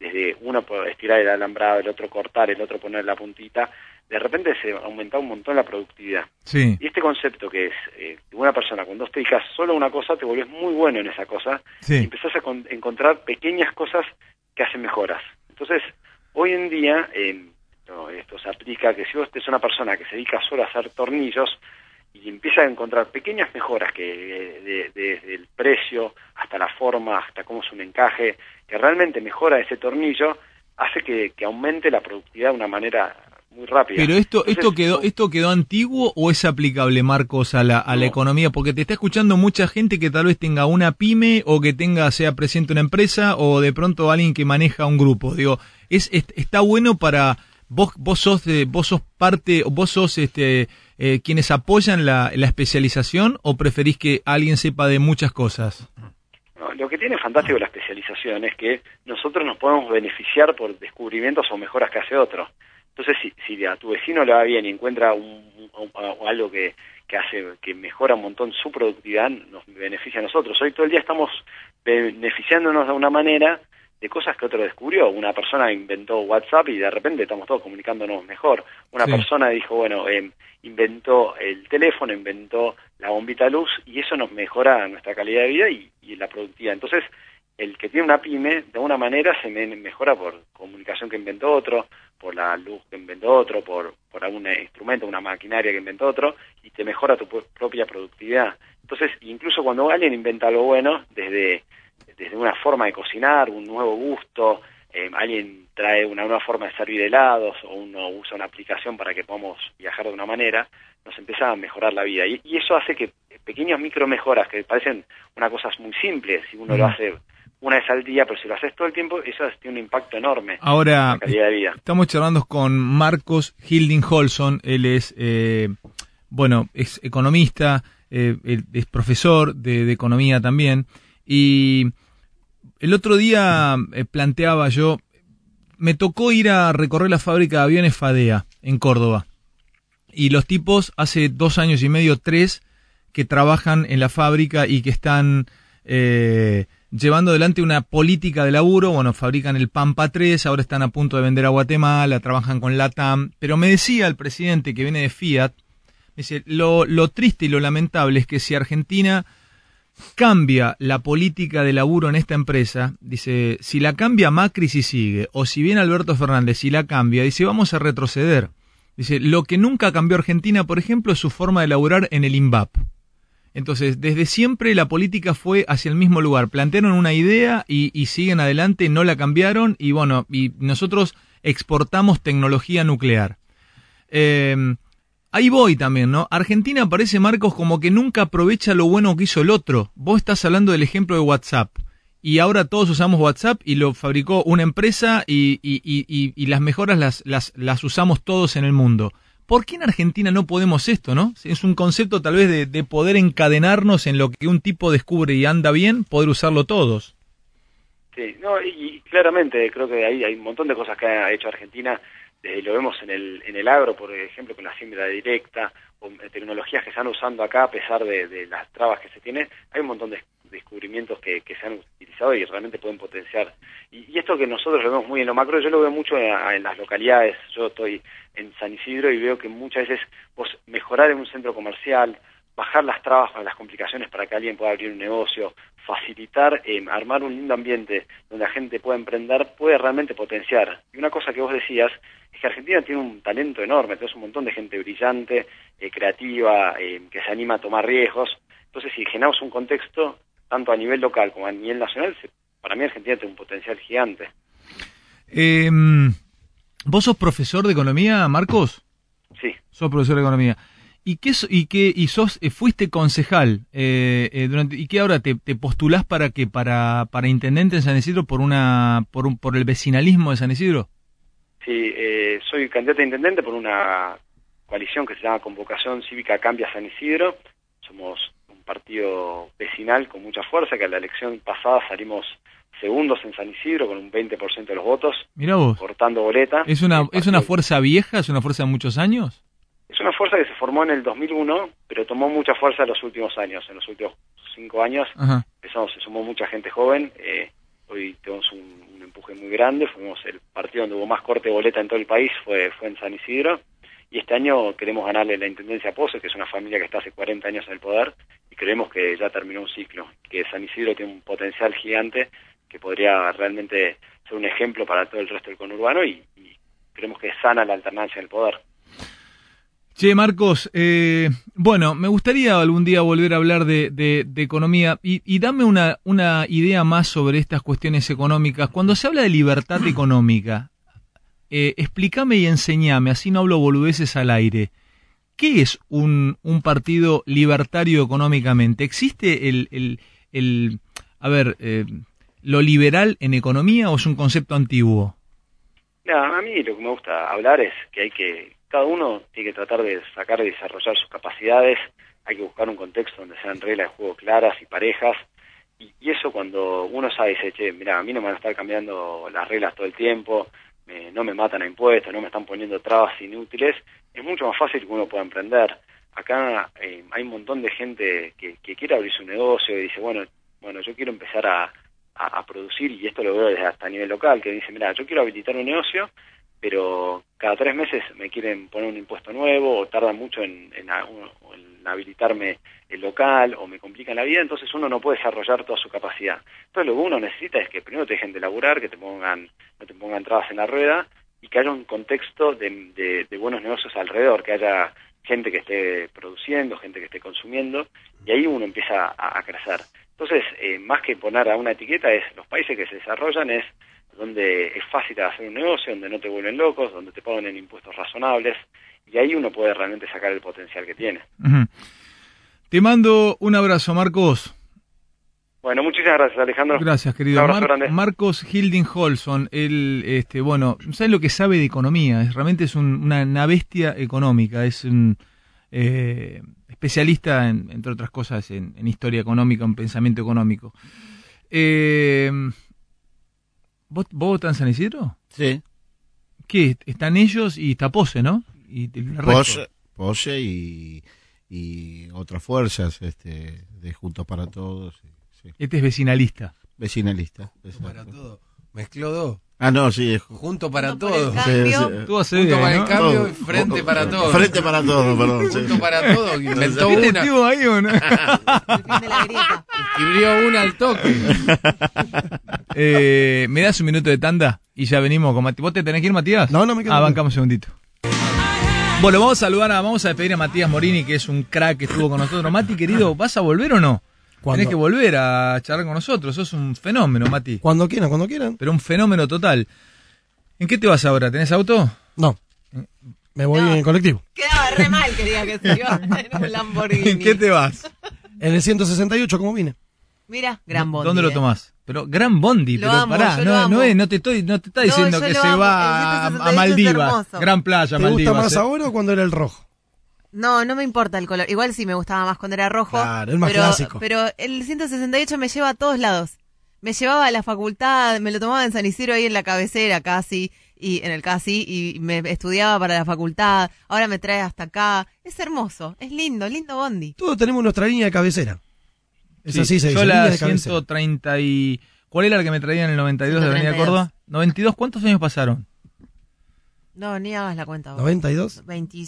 desde uno por estirar el alambrado, el otro cortar, el otro poner la puntita, de repente se aumenta un montón la productividad. Sí. Y este concepto que es, eh, que una persona cuando vos te dedicas solo a una cosa, te volvés muy bueno en esa cosa Sí. y empezás a con- encontrar pequeñas cosas que hacen mejoras. Entonces, hoy en día, eh, no, esto se aplica que si vos es una persona que se dedica solo a hacer tornillos y empieza a encontrar pequeñas mejoras que eh, de- desde el precio hasta la forma, hasta cómo es un encaje, que realmente mejora ese tornillo, hace que, que aumente la productividad de una manera muy rápida. Pero esto, Entonces, esto quedó, esto quedó antiguo o es aplicable, Marcos, a la, a la economía, porque te está escuchando mucha gente que tal vez tenga una pyme o que tenga, sea presidente de una empresa o de pronto alguien que maneja un grupo. Digo, es, es- está bueno para vos, vos sos, de- vos sos parte, vos sos este, eh, quienes apoyan la, la especialización o preferís que alguien sepa de muchas cosas. No, Lo que tiene fantástico la especialización es que nosotros nos podemos beneficiar por descubrimientos o mejoras que hace otro. Entonces, si, si a tu vecino le va bien y encuentra un- un- a- algo que, que hace que mejora un montón su productividad, nos beneficia a nosotros. Hoy todo el día estamos beneficiándonos de una manera de cosas que otro descubrió. Una persona inventó WhatsApp y de repente estamos todos comunicándonos mejor. Sí. Una persona dijo, bueno, em, inventó el teléfono, inventó la bombita luz y eso nos mejora nuestra calidad de vida y, y la productividad. Entonces, el que tiene una pyme, de una manera se me- mejora por comunicación que inventó otro, por la luz que inventó otro, por, por algún eh, instrumento, una maquinaria que inventó otro, y te mejora tu pu- propia productividad. Entonces, incluso cuando alguien inventa algo bueno, desde, desde una forma de cocinar, un nuevo gusto, eh, alguien trae una nueva forma de servir helados, o uno usa una aplicación para que podamos viajar de una manera, nos empieza a mejorar la vida. Y, y eso hace que pequeñas micro mejoras, que parecen una cosa muy simple, si uno lo hace una vez al día, pero si lo haces todo el tiempo, eso tiene un impacto enorme en Ahora, la calidad de vida. estamos charlando con Marcos Hilding Holson. Él es, eh, bueno, es economista, eh, él es profesor de, de economía también. Y el otro día eh, planteaba yo, me tocó ir a recorrer la fábrica de aviones FADEA en Córdoba. Y los tipos hace dos años y medio, tres, que trabajan en la fábrica y que están eh, llevando adelante una política de laburo. Bueno, fabrican el Pampa 3, ahora están a punto de vender a Guatemala, trabajan con Latam. Pero me decía el presidente que viene de Fiat, me dice, lo, lo triste y lo lamentable es que si Argentina cambia la política de laburo en esta empresa, dice, si la cambia Macri si sigue, o si bien Alberto Fernández si la cambia, dice, vamos a retroceder. Dice, lo que nunca cambió Argentina, por ejemplo, es su forma de laburar en el INVAP. Entonces, desde siempre la política fue hacia el mismo lugar. Plantearon una idea y, y siguen adelante, no la cambiaron y bueno, y nosotros exportamos tecnología nuclear. Eh, ahí voy también, ¿no? Argentina parece, Marcos, como que nunca aprovecha lo bueno que hizo el otro. Vos estás hablando del ejemplo de WhatsApp. Y ahora todos usamos WhatsApp y lo fabricó una empresa y, y- y- y- y las mejoras las, las, las usamos todos en el mundo. ¿Por qué en Argentina no podemos esto, no? Es un concepto tal vez de, de poder encadenarnos en lo que un tipo descubre y anda bien, poder usarlo todos. Sí, no, y, y claramente creo que ahí hay un montón de cosas que ha hecho Argentina, desde lo vemos en el, en el agro, por ejemplo, con la siembra directa, o eh, tecnologías que se están usando acá a pesar de, de las trabas que se tiene, hay un montón de, descubrimientos que, que se han utilizado y realmente pueden potenciar. Y, y esto que nosotros lo vemos muy en lo macro, yo lo veo mucho en, en las localidades. Yo estoy en San Isidro y veo que muchas veces vos mejorar en un centro comercial, bajar las trabas, las complicaciones para que alguien pueda abrir un negocio, facilitar, eh, armar un lindo ambiente donde la gente pueda emprender, puede realmente potenciar. Y una cosa que vos decías es que Argentina tiene un talento enorme, tenemos un montón de gente brillante, eh, creativa, eh, que se anima a tomar riesgos. Entonces, si generamos un contexto, tanto a nivel local como a nivel nacional, se- para mí Argentina tiene un potencial gigante. Eh, ¿Vos sos profesor de economía, Marcos? Sí. Sos profesor de economía. ¿Y qué, so- y qué y sos, eh, fuiste concejal? eh, eh, durante, ¿Y qué ahora te, te postulás para qué? Para, para intendente en San Isidro por, una, por, un, por el vecinalismo de San Isidro? Sí, eh, soy candidato a intendente por una coalición que se llama Convocación Cívica Cambia San Isidro. Somos un partido vecinal con mucha fuerza, que a la elección pasada salimos segundos en San Isidro con un 20% de los votos, Mirá vos. cortando boleta. ¿Es una, ¿Es una fuerza vieja? ¿Es una fuerza de muchos años? Es una fuerza que se formó en el 2001, pero tomó mucha fuerza en los últimos años. En los últimos cinco años Ajá. empezamos, se sumó mucha gente joven. eh, hoy tenemos un, un empuje muy grande. Fuimos el partido donde hubo más corte de boleta en todo el país, fue, fue en San Isidro. Y este año queremos ganarle la intendencia a Pozos, que es una familia que está hace 40 años en el poder, y creemos que ya terminó un ciclo, que San Isidro tiene un potencial gigante que podría realmente ser un ejemplo para todo el resto del conurbano y, y creemos que es sana la alternancia en el poder. Che, Marcos, eh, bueno, me gustaría algún día volver a hablar de, de- de economía y, y dame una, una idea más sobre estas cuestiones económicas. Cuando se habla de libertad económica, eh, explícame y enseñame, así no hablo boludeces al aire. ¿Qué es un, un partido libertario económicamente? ¿Existe el, el- el- a ver, eh, lo liberal en economía o es un concepto antiguo? Nada, a mí lo que me gusta hablar es que hay que, cada uno tiene que tratar de sacar y desarrollar sus capacidades, hay que buscar un contexto donde sean reglas de juego claras y parejas, y, y eso cuando uno sabe, dice, che, mira, a mí no me van a estar cambiando las reglas todo el tiempo, me- no me matan a impuestos, no me están poniendo trabas inútiles, es mucho más fácil que uno pueda emprender. Acá eh, hay un montón de gente que, que quiere abrir su negocio y dice, bueno, bueno, yo quiero empezar a, a, a producir, y esto lo veo desde hasta a nivel local, que dice, mira, yo quiero habilitar un negocio, pero cada tres meses me quieren poner un impuesto nuevo, o tardan mucho en, en a- o en habilitarme el local, o me complican la vida, entonces uno no puede desarrollar toda su capacidad. Entonces lo que uno necesita es que primero te dejen de laburar, que te pongan, no te pongan trabas en la rueda, y que haya un contexto de, de- de buenos negocios alrededor, que haya gente que esté produciendo, gente que esté consumiendo, y ahí uno empieza a, a crecer. Entonces, eh, más que poner a una etiqueta, es los países que se desarrollan es donde es fácil hacer un negocio, donde no te vuelven locos, donde te ponen impuestos razonables, y ahí uno puede realmente sacar el potencial que tiene. Ujú. Te mando un abrazo, Marcos. Bueno, muchísimas gracias, Alejandro. Gracias, querido. Un abrazo Mar- grande. Marcos Hilding Holson, él, este, bueno, ¿sabes lo que sabe de economía? Es, realmente es un- una, una bestia económica, es un eh, especialista, en- entre otras cosas, en, en historia económica, en pensamiento económico. Eh, ¿Vos, vos votás en San Isidro? Sí. ¿Qué? Están ellos y está Pose, ¿no? Y el resto. Pose, Pose y, y otras fuerzas este, de Juntos para Todos. sí. Este es vecinalista. Vecinalista. exacto. Para todo. Mezcló dos. Ah, no, sí. es- Junto para Junto todos. para el cambio. Sí, sí. Todo se Junto ve, para el ¿no? cambio Todo. y frente para todos. Frente para todos, perdón. Junto para todos. Inventó ¿Viste, una. tío, ¿Este ahí o no? Escribió una al toque. Eh, ¿Me das un minuto de tanda? Y ya venimos con Matías. ¿Vos te tenés que ir, Matías? No, no me quedo. Ah, bancamos un segundito. Bueno, vamos a saludar, a, vamos a despedir a Matías Morini, que es un crack que estuvo con nosotros. Mati, querido, ¿vas a volver o no? ¿Cuándo? Tenés que volver a charlar con nosotros. Sos un fenómeno, Mati. Cuando quieran, cuando quieran. Pero un fenómeno total. ¿En qué te vas ahora? ¿Tenés auto? No. Me voy en colectivo. Quedaba re mal que diga que se iba en un Lamborghini. te vas? En el 168, ¿cómo vine? Mira, gran bondi. ¿Dónde lo eh. tomás? Pero gran Bondi, Lo pero amo, pará, yo lo no, amo. no, es, no te estoy, no te está No, diciendo yo que lo se amo, va a, el 168 a es Maldivas, hermoso. gran playa, ¿Te Maldivas. gusta más eh. ahora o cuando era el rojo? No, no me importa el color. Igual sí me gustaba más cuando era rojo. Claro, es más pero, clásico. Pero el 168 me lleva a todos lados. Me llevaba a la facultad, me lo tomaba en San Isidro ahí en la cabecera casi, y en el casi, y me estudiaba para la facultad. Ahora me trae hasta acá. Es hermoso, es lindo, lindo Bondi. Todos tenemos nuestra línea de cabecera. Es así, se Yo dice, la líneas de cabeza. 130 y... ¿Cuál era la que me traían en el 92 de Avenida 132. Córdoba? 92, ¿cuántos años pasaron? No, ni hagas la cuenta. vos. 92. 20.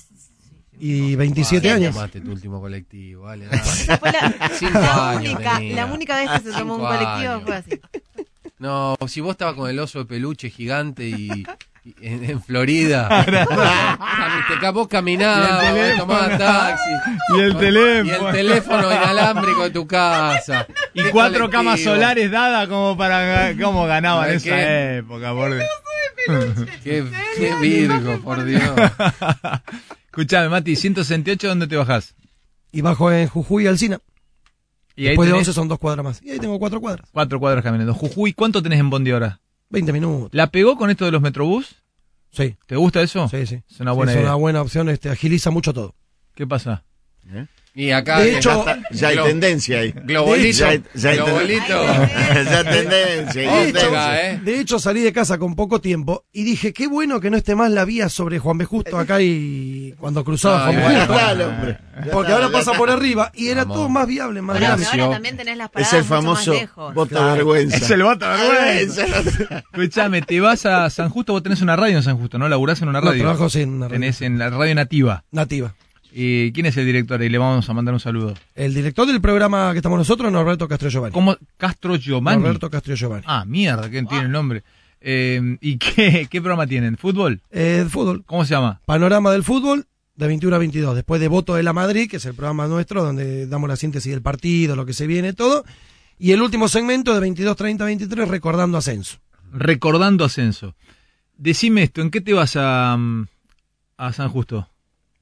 Y 27 Vale, años. tomaste tu último colectivo, vale. Fue la, Cinco la años única, tenía. la única vez que se tomó un Cinco colectivo años. fue así. No, si vos estabas con el oso de peluche gigante y, y en, en Florida, te acabó Y caminabas, el vos teléfono. tomabas taxi. Y el Y teléfono. el teléfono inalámbrico de tu casa. Y Qué cuatro colectivo. camas solares dadas como para... ¿Cómo ganaban ¿Sabés esa qué? época, por Dios? Qué, qué virgo, por Dios. Escuchame, Mati, 168, ¿dónde te bajás? Y bajo en Jujuy al Sina. Y ahí Después de tenés 11 son dos cuadras más. Y ahí tengo cuatro cuadras. Cuatro cuadras caminando. Jujuy, ¿cuánto tenés en Bondi ahora? 20 minutos. ¿La pegó con esto de los Metrobús? Sí. ¿Te gusta eso? Sí, sí. Es una buena Sí, es idea. una buena opción, este, agiliza mucho todo. ¿Qué pasa? ¿Eh? Y acá. De hecho- ya está- Ya hay Glo- tendencia ahí. Globolito. Ya hay- ya hay Globolito. tendencia. Ya hay tendencia. hay Ojo, tendencia. ¿eh? De hecho, salí de casa con poco tiempo y dije, qué bueno que no esté más la vía sobre Juan B. Justo acá y cuando cruzaba Ay, Juan B. bueno, Justo. claro, hombre. Ya Porque está, ahora ya pasa está. por arriba y era Vamos. todo más viable, más Bueno, viable. pero ahora también tenés las paradas Es el mucho más famoso lejos. bota vergüenza. Es el bota vergüenza. Vergüenza. Escuchame, te vas a San Justo, vos tenés una radio en San Justo, ¿no? Laburás en una No, radio. trabajo sí, en una radio. Tenés en la radio nativa. Nativa. ¿Y quién es el director? Y le vamos a mandar un saludo. El director del programa que estamos nosotros, Norberto Castro Giovanni. ¿Cómo? Castro Giovanni. Norberto Castro Giovanni. Ah, mierda, que tiene el nombre. Eh, ¿Y qué, qué programa tienen? ¿Fútbol? Eh, el fútbol. ¿Cómo se llama? Panorama del fútbol de 21 a 22. Después de Voto de la Madrid, que es el programa nuestro donde damos la síntesis del partido, lo que se viene, todo. Y el último segmento de 22, 30, 23, recordando ascenso. Recordando Ascenso. Decime esto, ¿en qué te vas a, mm, a San Justo?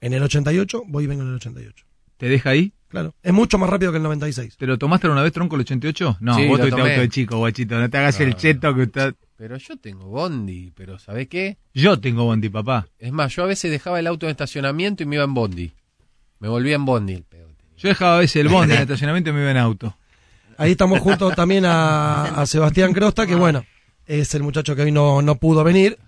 En el 88, voy y vengo en el 88. ¿Te deja ahí? Claro. Es mucho más rápido que el 96. ¿Te lo tomaste alguna vez, tronco, el 88? No, Sí, vos lo tuviste tomé. auto de chico, guachito. No te hagas el Claro. cheto que está... Pero yo tengo Bondi, pero ¿sabés qué? Yo tengo bondi, papá. Es más, yo a veces dejaba el auto en estacionamiento y me iba en Bondi. Me volvía en Bondi. el pedo. Yo dejaba a veces el bondi en el estacionamiento y me iba en auto. Ahí estamos juntos también a, a Sebastián Crosta, que bueno, es el muchacho que hoy no, no pudo venir,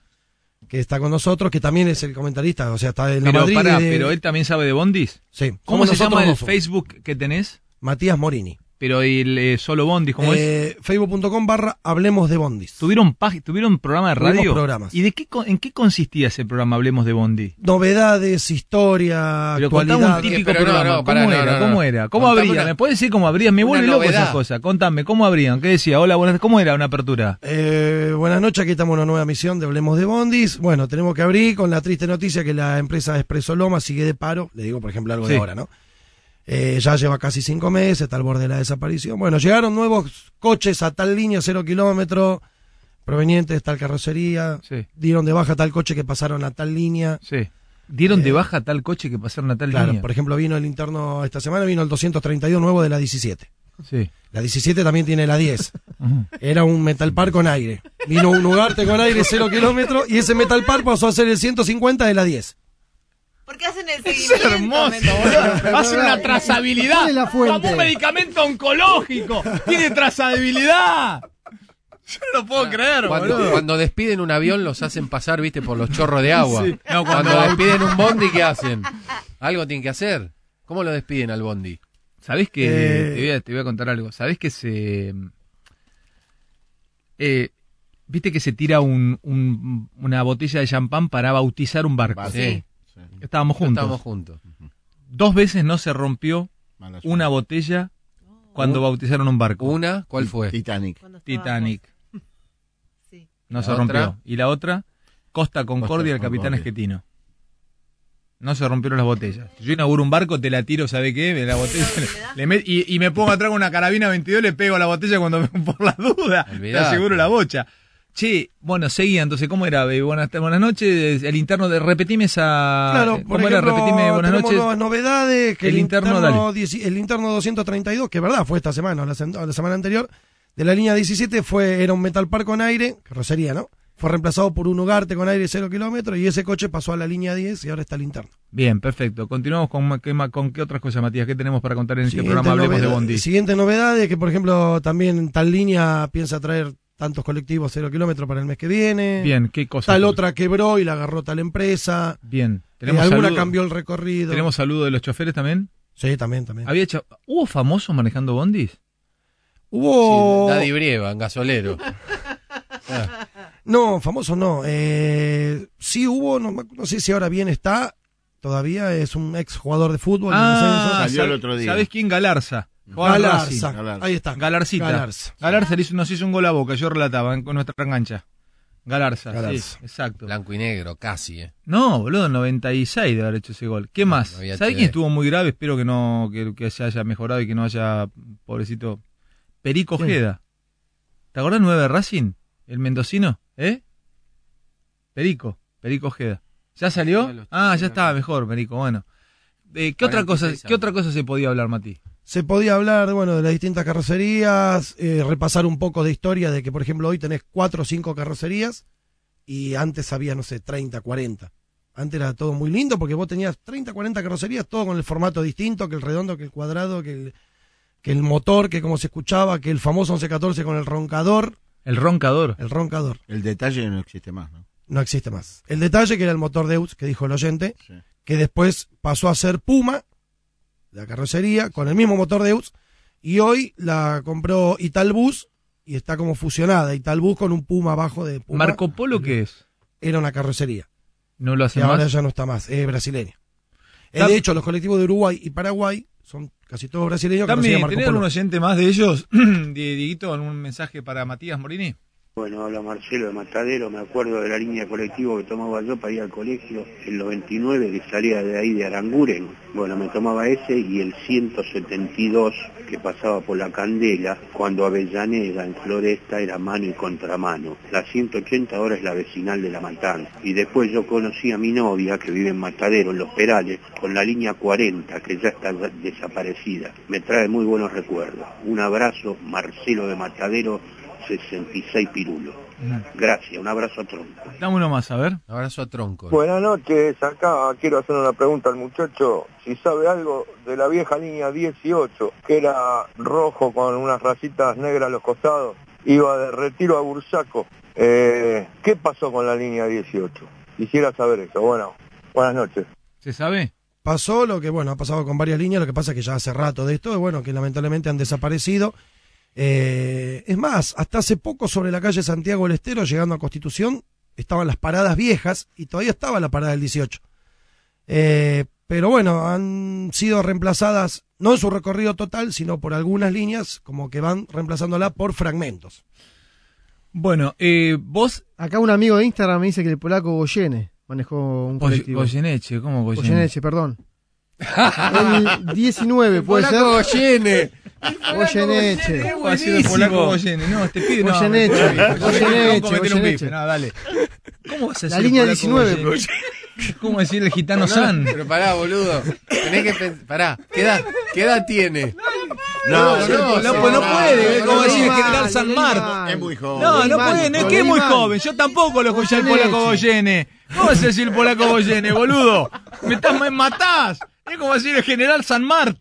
que está con nosotros, que también es el comentarista, o sea, está en la Pero Madrid. pará, de- pero él también sabe de bondis. Sí. ¿Cómo Somos se nosotros llama el dos somos. Facebook que tenés? Matías Morini. Pero el eh, solo bondis, ¿cómo es? Eh, Facebook.com barra Hablemos de Bondis. ¿Tuvieron, pag- ¿Tuvieron programa de tuvimos radio? programas. ¿Y de qué, co- en qué consistía ese programa Hablemos de Bondi? Novedades, historia, Pero contame actualidad. un típico Pero no, programa. no, ¿Cómo, pará, no, era? no, no. ¿Cómo era? ¿Cómo Contame abrían? una- ¿Me puedes decir cómo abrían? Me una vuelve loco novedad. esas cosas. Contame, ¿cómo abrían? ¿Qué decía? Hola, buenas ¿Cómo era una apertura? Eh, buenas noches, aquí estamos en una nueva misión de Hablemos de Bondis. Bueno, tenemos que abrir con la triste noticia que la empresa Expreso Loma sigue de paro. Le digo, por ejemplo, algo de Sí. ahora, ¿no? Eh, ya lleva casi cinco meses, está al borde de la desaparición. Bueno, llegaron nuevos coches a tal línea, cero kilómetro, provenientes de tal carrocería. Sí, Dieron de baja tal coche que pasaron a tal línea. sí. ¿Dieron Eh, de baja tal coche que pasaron a tal Claro, línea? por ejemplo, vino el interno esta semana, vino el 232 nuevo de la 17. Sí. La 17 también tiene la 10. Ujú. Era un Metal Park con aire. Vino un Ugarte con aire 0 kilómetros y ese Metal Park pasó a ser el 150 de la 10. ¿Por qué hacen el seguimiento? boludo. Hace una trazabilidad. ¿Cuál es la fuente? Como un medicamento oncológico. Tiene trazabilidad. Yo no lo puedo creer, Cuando, boludo. cuando despiden un avión los hacen pasar, viste, por los chorros de agua. Sí. No, cuando, cuando- despiden un Bondi, ¿qué hacen? Algo tienen que hacer. ¿Cómo lo despiden al Bondi? ¿Sabés que Eh. te, voy a, te voy a contar algo? ¿Sabés que se... eh, ¿Viste que se tira un- un- una botella de champán para bautizar un barco? Sí, Estábamos juntos. estábamos juntos. Dos veces no se rompió Mala suerte. una botella cuando Un- bautizaron un barco. Oh. Una, ¿cuál fue? Titanic. Cuando estábamos- Titanic. Sí. No La se otra. rompió. Y la otra, Costa Concordia, el capitán Concordia. esquetino. No se rompieron las botellas. Yo inauguro un barco, te la tiro, ¿sabe qué? De La botella, le met- y, y me pongo atrás con una carabina 22, le pego a la botella cuando me- por la duda. Te Olvidate. aseguro la bocha. Che, bueno, seguía entonces, ¿cómo era? Eh, Buenas, buenas noches, el interno de... Repetime esa... Claro, Eh, ¿Cómo por ejemplo, era? Repetime, buenas tenemos noches. nuevas novedades. Que El el, interno, interno, dale. 10 el interno 232, que es verdad, fue esta semana, o la, sem- o la semana anterior, de la línea 17 fue, era un Metal Park con aire, carrocería, ¿no? Fue reemplazado por un Ugarte con aire 0 kilómetros y ese coche pasó a la línea 10 y ahora está el interno. Bien, perfecto. Continuamos con, ma- qué ma- con qué otras cosas, Matías. ¿Qué tenemos para contar en este Siguiente programa? Hablemos de novedad- Bondi. Siguiente novedad es que, por ejemplo, también tal línea piensa traer tantos colectivos cero kilómetros para el mes que viene. Bien, ¿qué cosa? Tal otra quebró y la agarró tal empresa. Bien. Eh, ¿Tenemos alguna saludo? cambió el recorrido. ¿Tenemos saludo de los choferes también? Sí, también, también. Había hecho... ¿Hubo famosos manejando bondis? Hubo. Daddy Brieva, en gasolero. Ah, No, famoso no. Eh, sí hubo, no, me- no sé si ahora bien está. Todavía es un ex jugador de fútbol. de Buenos Aires. Ah, sab- ¿Sabés quién? Galarza. Jugaba en Galarza. Racing. Galarza. Ahí está. Galarcita. Galarza. Galarza. le hizo, nos hizo un gol a boca, yo relataba en- con nuestra cancha. Galarza, Galarza. sí, exacto. Blanco y negro, casi, ¿eh? No, boludo, 96 de haber hecho ese gol. ¿Qué más? no había ¿Sabés TV. quién estuvo muy grave? Espero que no que, que se haya mejorado y que no haya, pobrecito, Perico ¿Quién? Ojeda. ¿Te acordás 9 de Racing? ¿El mendocino? ¿Eh? Perico, Perico Ojeda. ¿Ya salió? Ah, ya estaba mejor, Perico, bueno. Eh, ¿qué, otra cosa, 46 ¿Qué otra cosa se podía hablar, Mati? Se podía hablar, bueno, de las distintas carrocerías, eh, repasar un poco de historia de que, por ejemplo, hoy tenés cuatro o cinco carrocerías y antes había, no sé, 30, 40. Antes era todo muy lindo porque vos tenías 30, 40 carrocerías, todo con el formato distinto, que el redondo, que el cuadrado, que el, que el motor, que como se escuchaba, que el famoso 1114 con el roncador. El roncador. El roncador. El detalle no existe más, ¿no? No existe más. El detalle que era el motor Deutz, que dijo el oyente, que después pasó a ser Puma, la carrocería, con el mismo motor Deutz, y hoy la compró Italbus y está como fusionada. Italbus con un Puma abajo de Puma. ¿Marco Polo qué es? Era una carrocería. ¿No lo hace y ahora más? ya no está más, es brasileña. Eh, Tam- de hecho, los colectivos de Uruguay y Paraguay son casi todos brasileños. que conocían También, Marco ¿tenés Polo. un oyente más de ellos, Die- Dieguito, en un mensaje para Matías Morini? Bueno, habla Marcelo de Matadero, me acuerdo de la línea de colectivo que tomaba yo para ir al colegio el 99, que salía de ahí de Aranguren. Bueno, me tomaba ese y el 172 que pasaba por la Candela, cuando Avellaneda en Floresta era mano y contramano. La 180 ahora es la vecinal de La Matanza. Y después yo conocí a mi novia, que vive en Matadero, en Los Perales, con la línea 40, que ya está desaparecida. Me trae muy buenos recuerdos. Un abrazo, Marcelo de Matadero, 66 Pirulo. Gracias, un abrazo a todos. Dame uno más, a ver. Mm. Abrazo a tronco. Buenas noches, acá quiero hacer una pregunta al muchacho, si sabe algo de la vieja línea 18, que era rojo con unas rayitas negras a los costados, iba de retiro a Bursaco. Eh, ¿Qué pasó con la línea 18? Quisiera saber eso. Bueno, buenas noches. ¿Se sabe? Pasó lo que, bueno, ha pasado con varias líneas, lo que pasa es que ya hace rato de esto, y bueno, que lamentablemente han desaparecido. Eh, es más, hasta hace poco sobre la calle Santiago del Estero, llegando a Constitución, estaban las paradas viejas y todavía estaba la parada del 18. Eh, pero bueno, han sido reemplazadas, no en su recorrido total, sino por algunas líneas, como que van reemplazándola por fragmentos. Bueno, eh, vos. Acá un amigo de Instagram me dice que el polaco Goyene manejó un Goy- colectivo. Goyeneche, ¿cómo Goyeneche? Goyeneche, perdón. El 19, puede ser. polaco Goyene. Goyeneche. ¿Cómo ha sido el polaco Goyene? No, este pibe no. Goyeneche, me parece Goyeneche, bien. Vamos a cometer un Goyeneche. bife, no, dale. ¿Cómo vas a La decir línea polaco 19, Goyeneche? ¿Cómo decir el gitano No, San? Pero pará, boludo. Tenés que pensar. Pará, ¿qué edad, qué edad tiene? No, no, no, no, pues no ¿eh? puede, ¿cómo decir el general San Martín? Martín? Es muy joven. No, no puede, no es que es muy joven. Yo tampoco lo escuché al polaco Goyene. ¿Cómo vas a decir el polaco Goyene, boludo? Me, estás, me matás. Es como decir el general San Mart.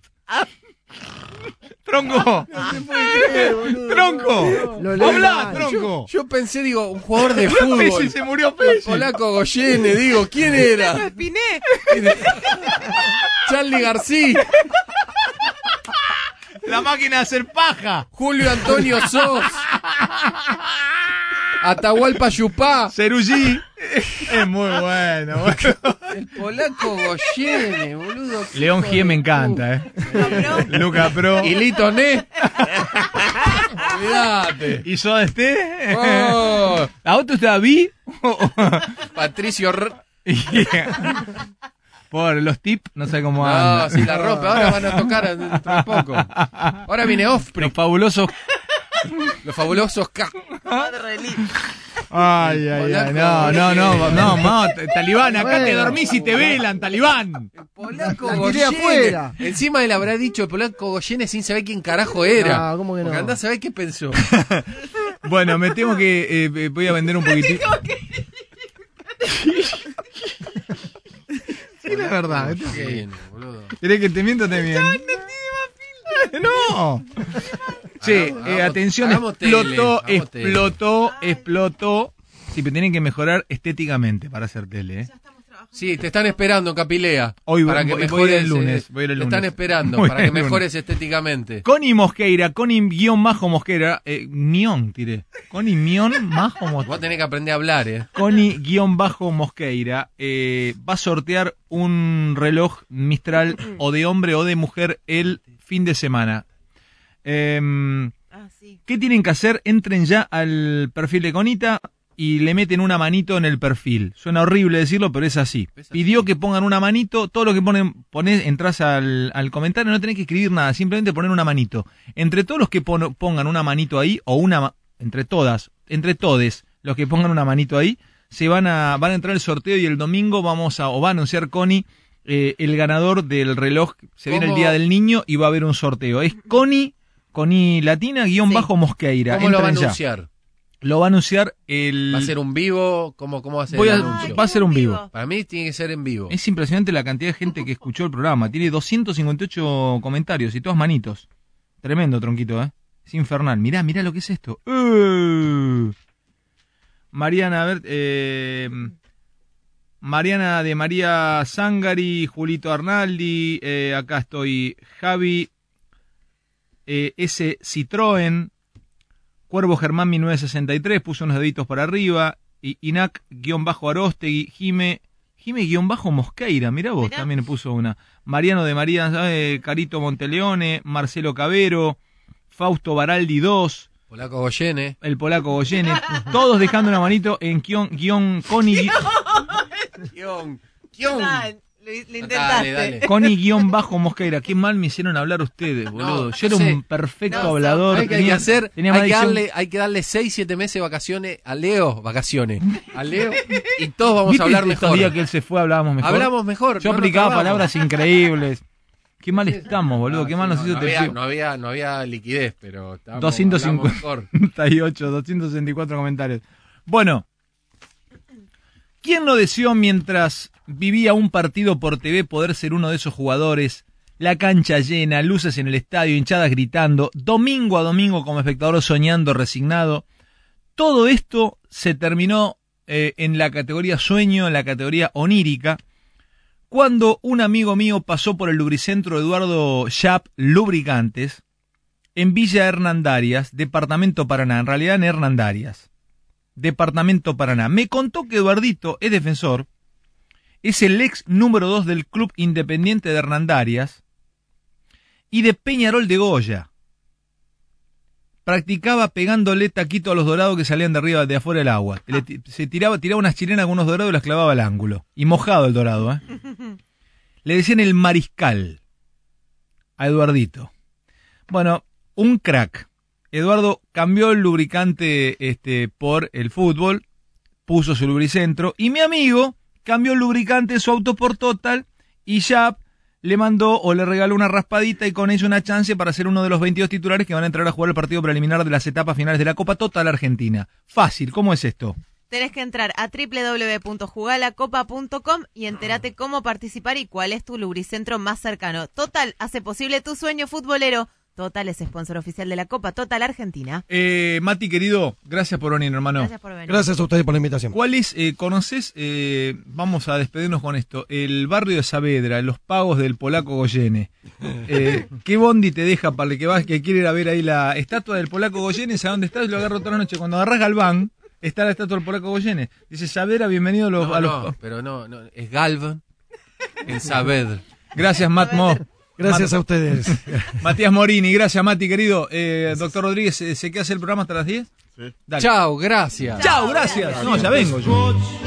Tronco. Tronco. Hablá, tronco. Yo, yo pensé, digo, un jugador de Murió fútbol. Pesci, se murió Pesci. Polaco Goyene, digo, ¿quién era? Espiné. Charlie García, La máquina de hacer paja. Julio Antonio Sos, Atahualpa Yupá. Cerulli. Es muy bueno. bueno. El polaco Goyene, boludo. León G me encanta, eh. Luca Pro. Y Lito Né. Cuidate. ¿Y Soda este? Oh. ¿A otro está vi? Patricio R- Por los tips, no sé cómo No, anda. si la rompe, ahora van a tocar dentro de poco. Ahora viene Offspring. Los fabulosos. Los fabulosos K. Ay, ay, ay. No, no, no, no, no, t- Talibán, acá te Bueno. dormís y te velan, Talibán. Polaco La Goyene. tiré afuera. Encima él habrá dicho el polaco Goyene sin saber quién carajo era. No, ¿cómo que no? Porque andá a saber qué pensó. Bueno, me temo que eh, eh, voy a vender un poquitito. Sí, la verdad. este me tengo que ir. ¿Querés que te miento también? No. Che, Hagamos- eh, atención, hagamos tele, explotó, hagamos explotó, explotó. Sí, pero tienen que mejorar estéticamente para hacer tele. ¿eh? Sí, te están esperando en Capilea. Hoy voy- para que voy- mejores, voy el lunes, eh, voy el te lunes. están esperando Voy para el que lunes. mejores estéticamente. Connie Mosqueira, Connie guión Majo Mosqueira, eh, Mion tiré. Connie Mion Majo Vos Mosqueira. tenés que aprender a hablar, ¿eh? Connie guión bajo Mosqueira eh, va a sortear un reloj Mistral o de hombre o de mujer el fin de semana. Em, ¿Qué tienen que hacer? Entren ya al perfil de Conita y le meten una manito en el perfil. Suena horrible decirlo, pero es así. Pidió que pongan una manito. Todo lo que ponen, pones, entras al, al comentario, no tenés que escribir nada, simplemente poner una manito. Entre todos los que pon- pongan una manito ahí, o una, ma- entre todas, entre todes, los que pongan una manito ahí, se van a, van a entrar al sorteo y el domingo vamos a, o va a anunciar Connie, eh, el ganador del reloj. Se viene el ¿Cómo? día del niño y va a haber un sorteo. Es Connie, Connie Latina, guión bajo Mosqueira. ¿Cómo lo va a Entren ya. anunciar? Lo va a anunciar el. ¿Va a ser un vivo? ¿Cómo, cómo va a ser Voy el a- anuncio? va a ser un vivo. Para mí tiene que ser en vivo. Es impresionante la cantidad de gente que escuchó el programa. Tiene 258 comentarios y todas manitos. Tremendo, tronquito, ¿eh? Es infernal. Mirá, mirá lo que es esto. ¡Eh! Mariana, a ver. eh, Mariana de María Zangari, Julito Arnaldi. eh, acá estoy. Javi eh, S. Citroën. Cuervo Germán 1963 puso unos deditos para arriba. Y Inac-Arostegui, Jime, Jime-Mosqueira, mirá vos, también puso una. Mariano de María, eh, Carito Monteleone, Marcelo Cabero, Fausto Baraldi 2. Polaco Goyene. El polaco Goyene. todos dejando una manito en guión, guión Connie. guión- Guión. Lo, lo intentaste. Connie guión bajo Mosqueira, qué mal me hicieron hablar ustedes, boludo. Yo era sí. un perfecto No, hablador. ¿sabés qué hay que tenía- hacer? tenía hay, que maldición. darle, hay que darle 6, 7 meses de vacaciones a Leo, vacaciones. A Leo, y todos vamos ¿Viste a hablar estos mejor. días que él se fue hablábamos mejor? Hablamos mejor, Yo no nos aplicaba trabamos. palabras increíbles. Qué mal estamos, boludo. Qué mal nos no, hizo no Tercio. había, no, había, no había liquidez, pero estábamos- hablamos mejor. 258, 264 comentarios. Bueno, ¿quién no deseó mientras vivía un partido por TV poder ser uno de esos jugadores? La cancha llena, luces en el estadio, hinchadas gritando, domingo a domingo como espectador soñando, resignado. Todo esto se terminó eh, en la categoría sueño, en la categoría onírica cuando un amigo mío pasó por el lubricentro Eduardo Yap Lubricantes en Villa Hernandarias, departamento Paraná, en realidad en Hernandarias, departamento Paraná. Me contó que Eduardito es defensor, es el ex número 2 del club independiente de Hernandarias y de Peñarol de Goya. Practicaba pegándole taquito a los dorados que salían de arriba, de afuera del agua. Le ti- se tiraba, tiraba unas chilenas con unos dorados y las clavaba al ángulo. Y mojado el dorado, ¿eh? Le decían el mariscal a Eduardito. Bueno, un crack. Eduardo cambió el lubricante este, por el fútbol, puso su lubricentro y mi amigo cambió el lubricante de su auto por Total y ya le mandó o le regaló una raspadita y con ello una chance para ser uno de los 22 titulares que van a entrar a jugar el partido preliminar de las etapas finales de la Copa Total Argentina. Fácil, ¿cómo es esto? Tenés que entrar a www.jugalacopa.com y entérate cómo participar y cuál es tu lubricentro más cercano. Total hace posible tu sueño futbolero. Total es sponsor oficial de la Copa Total Argentina. Eh, Mati, querido, gracias por venir, hermano. Gracias por venir. Gracias a ustedes por la invitación. ¿Cuál es, eh, conoces, eh, vamos a despedirnos con esto, el barrio de Saavedra, los pagos del polaco Goyene? Eh, ¿Qué bondi te deja para el que vas, que quiere ir a ver ahí la estatua del polaco Goyene? ¿Sabes dónde estás? Lo agarro otra noche. Cuando agarras Galván, está la estatua del polaco Goyene. Dice Saavedra, bienvenido a los... No, a los no, pero no, no, es Galvan en Saavedra. Gracias, Matt Mo. Gracias a ustedes. Matías Morini, gracias, Mati, querido. Eh, Doctor Rodríguez, ¿se, se queda hacer el programa hasta las 10? Chao, gracias. Chao, gracias. No, ya vengo yo.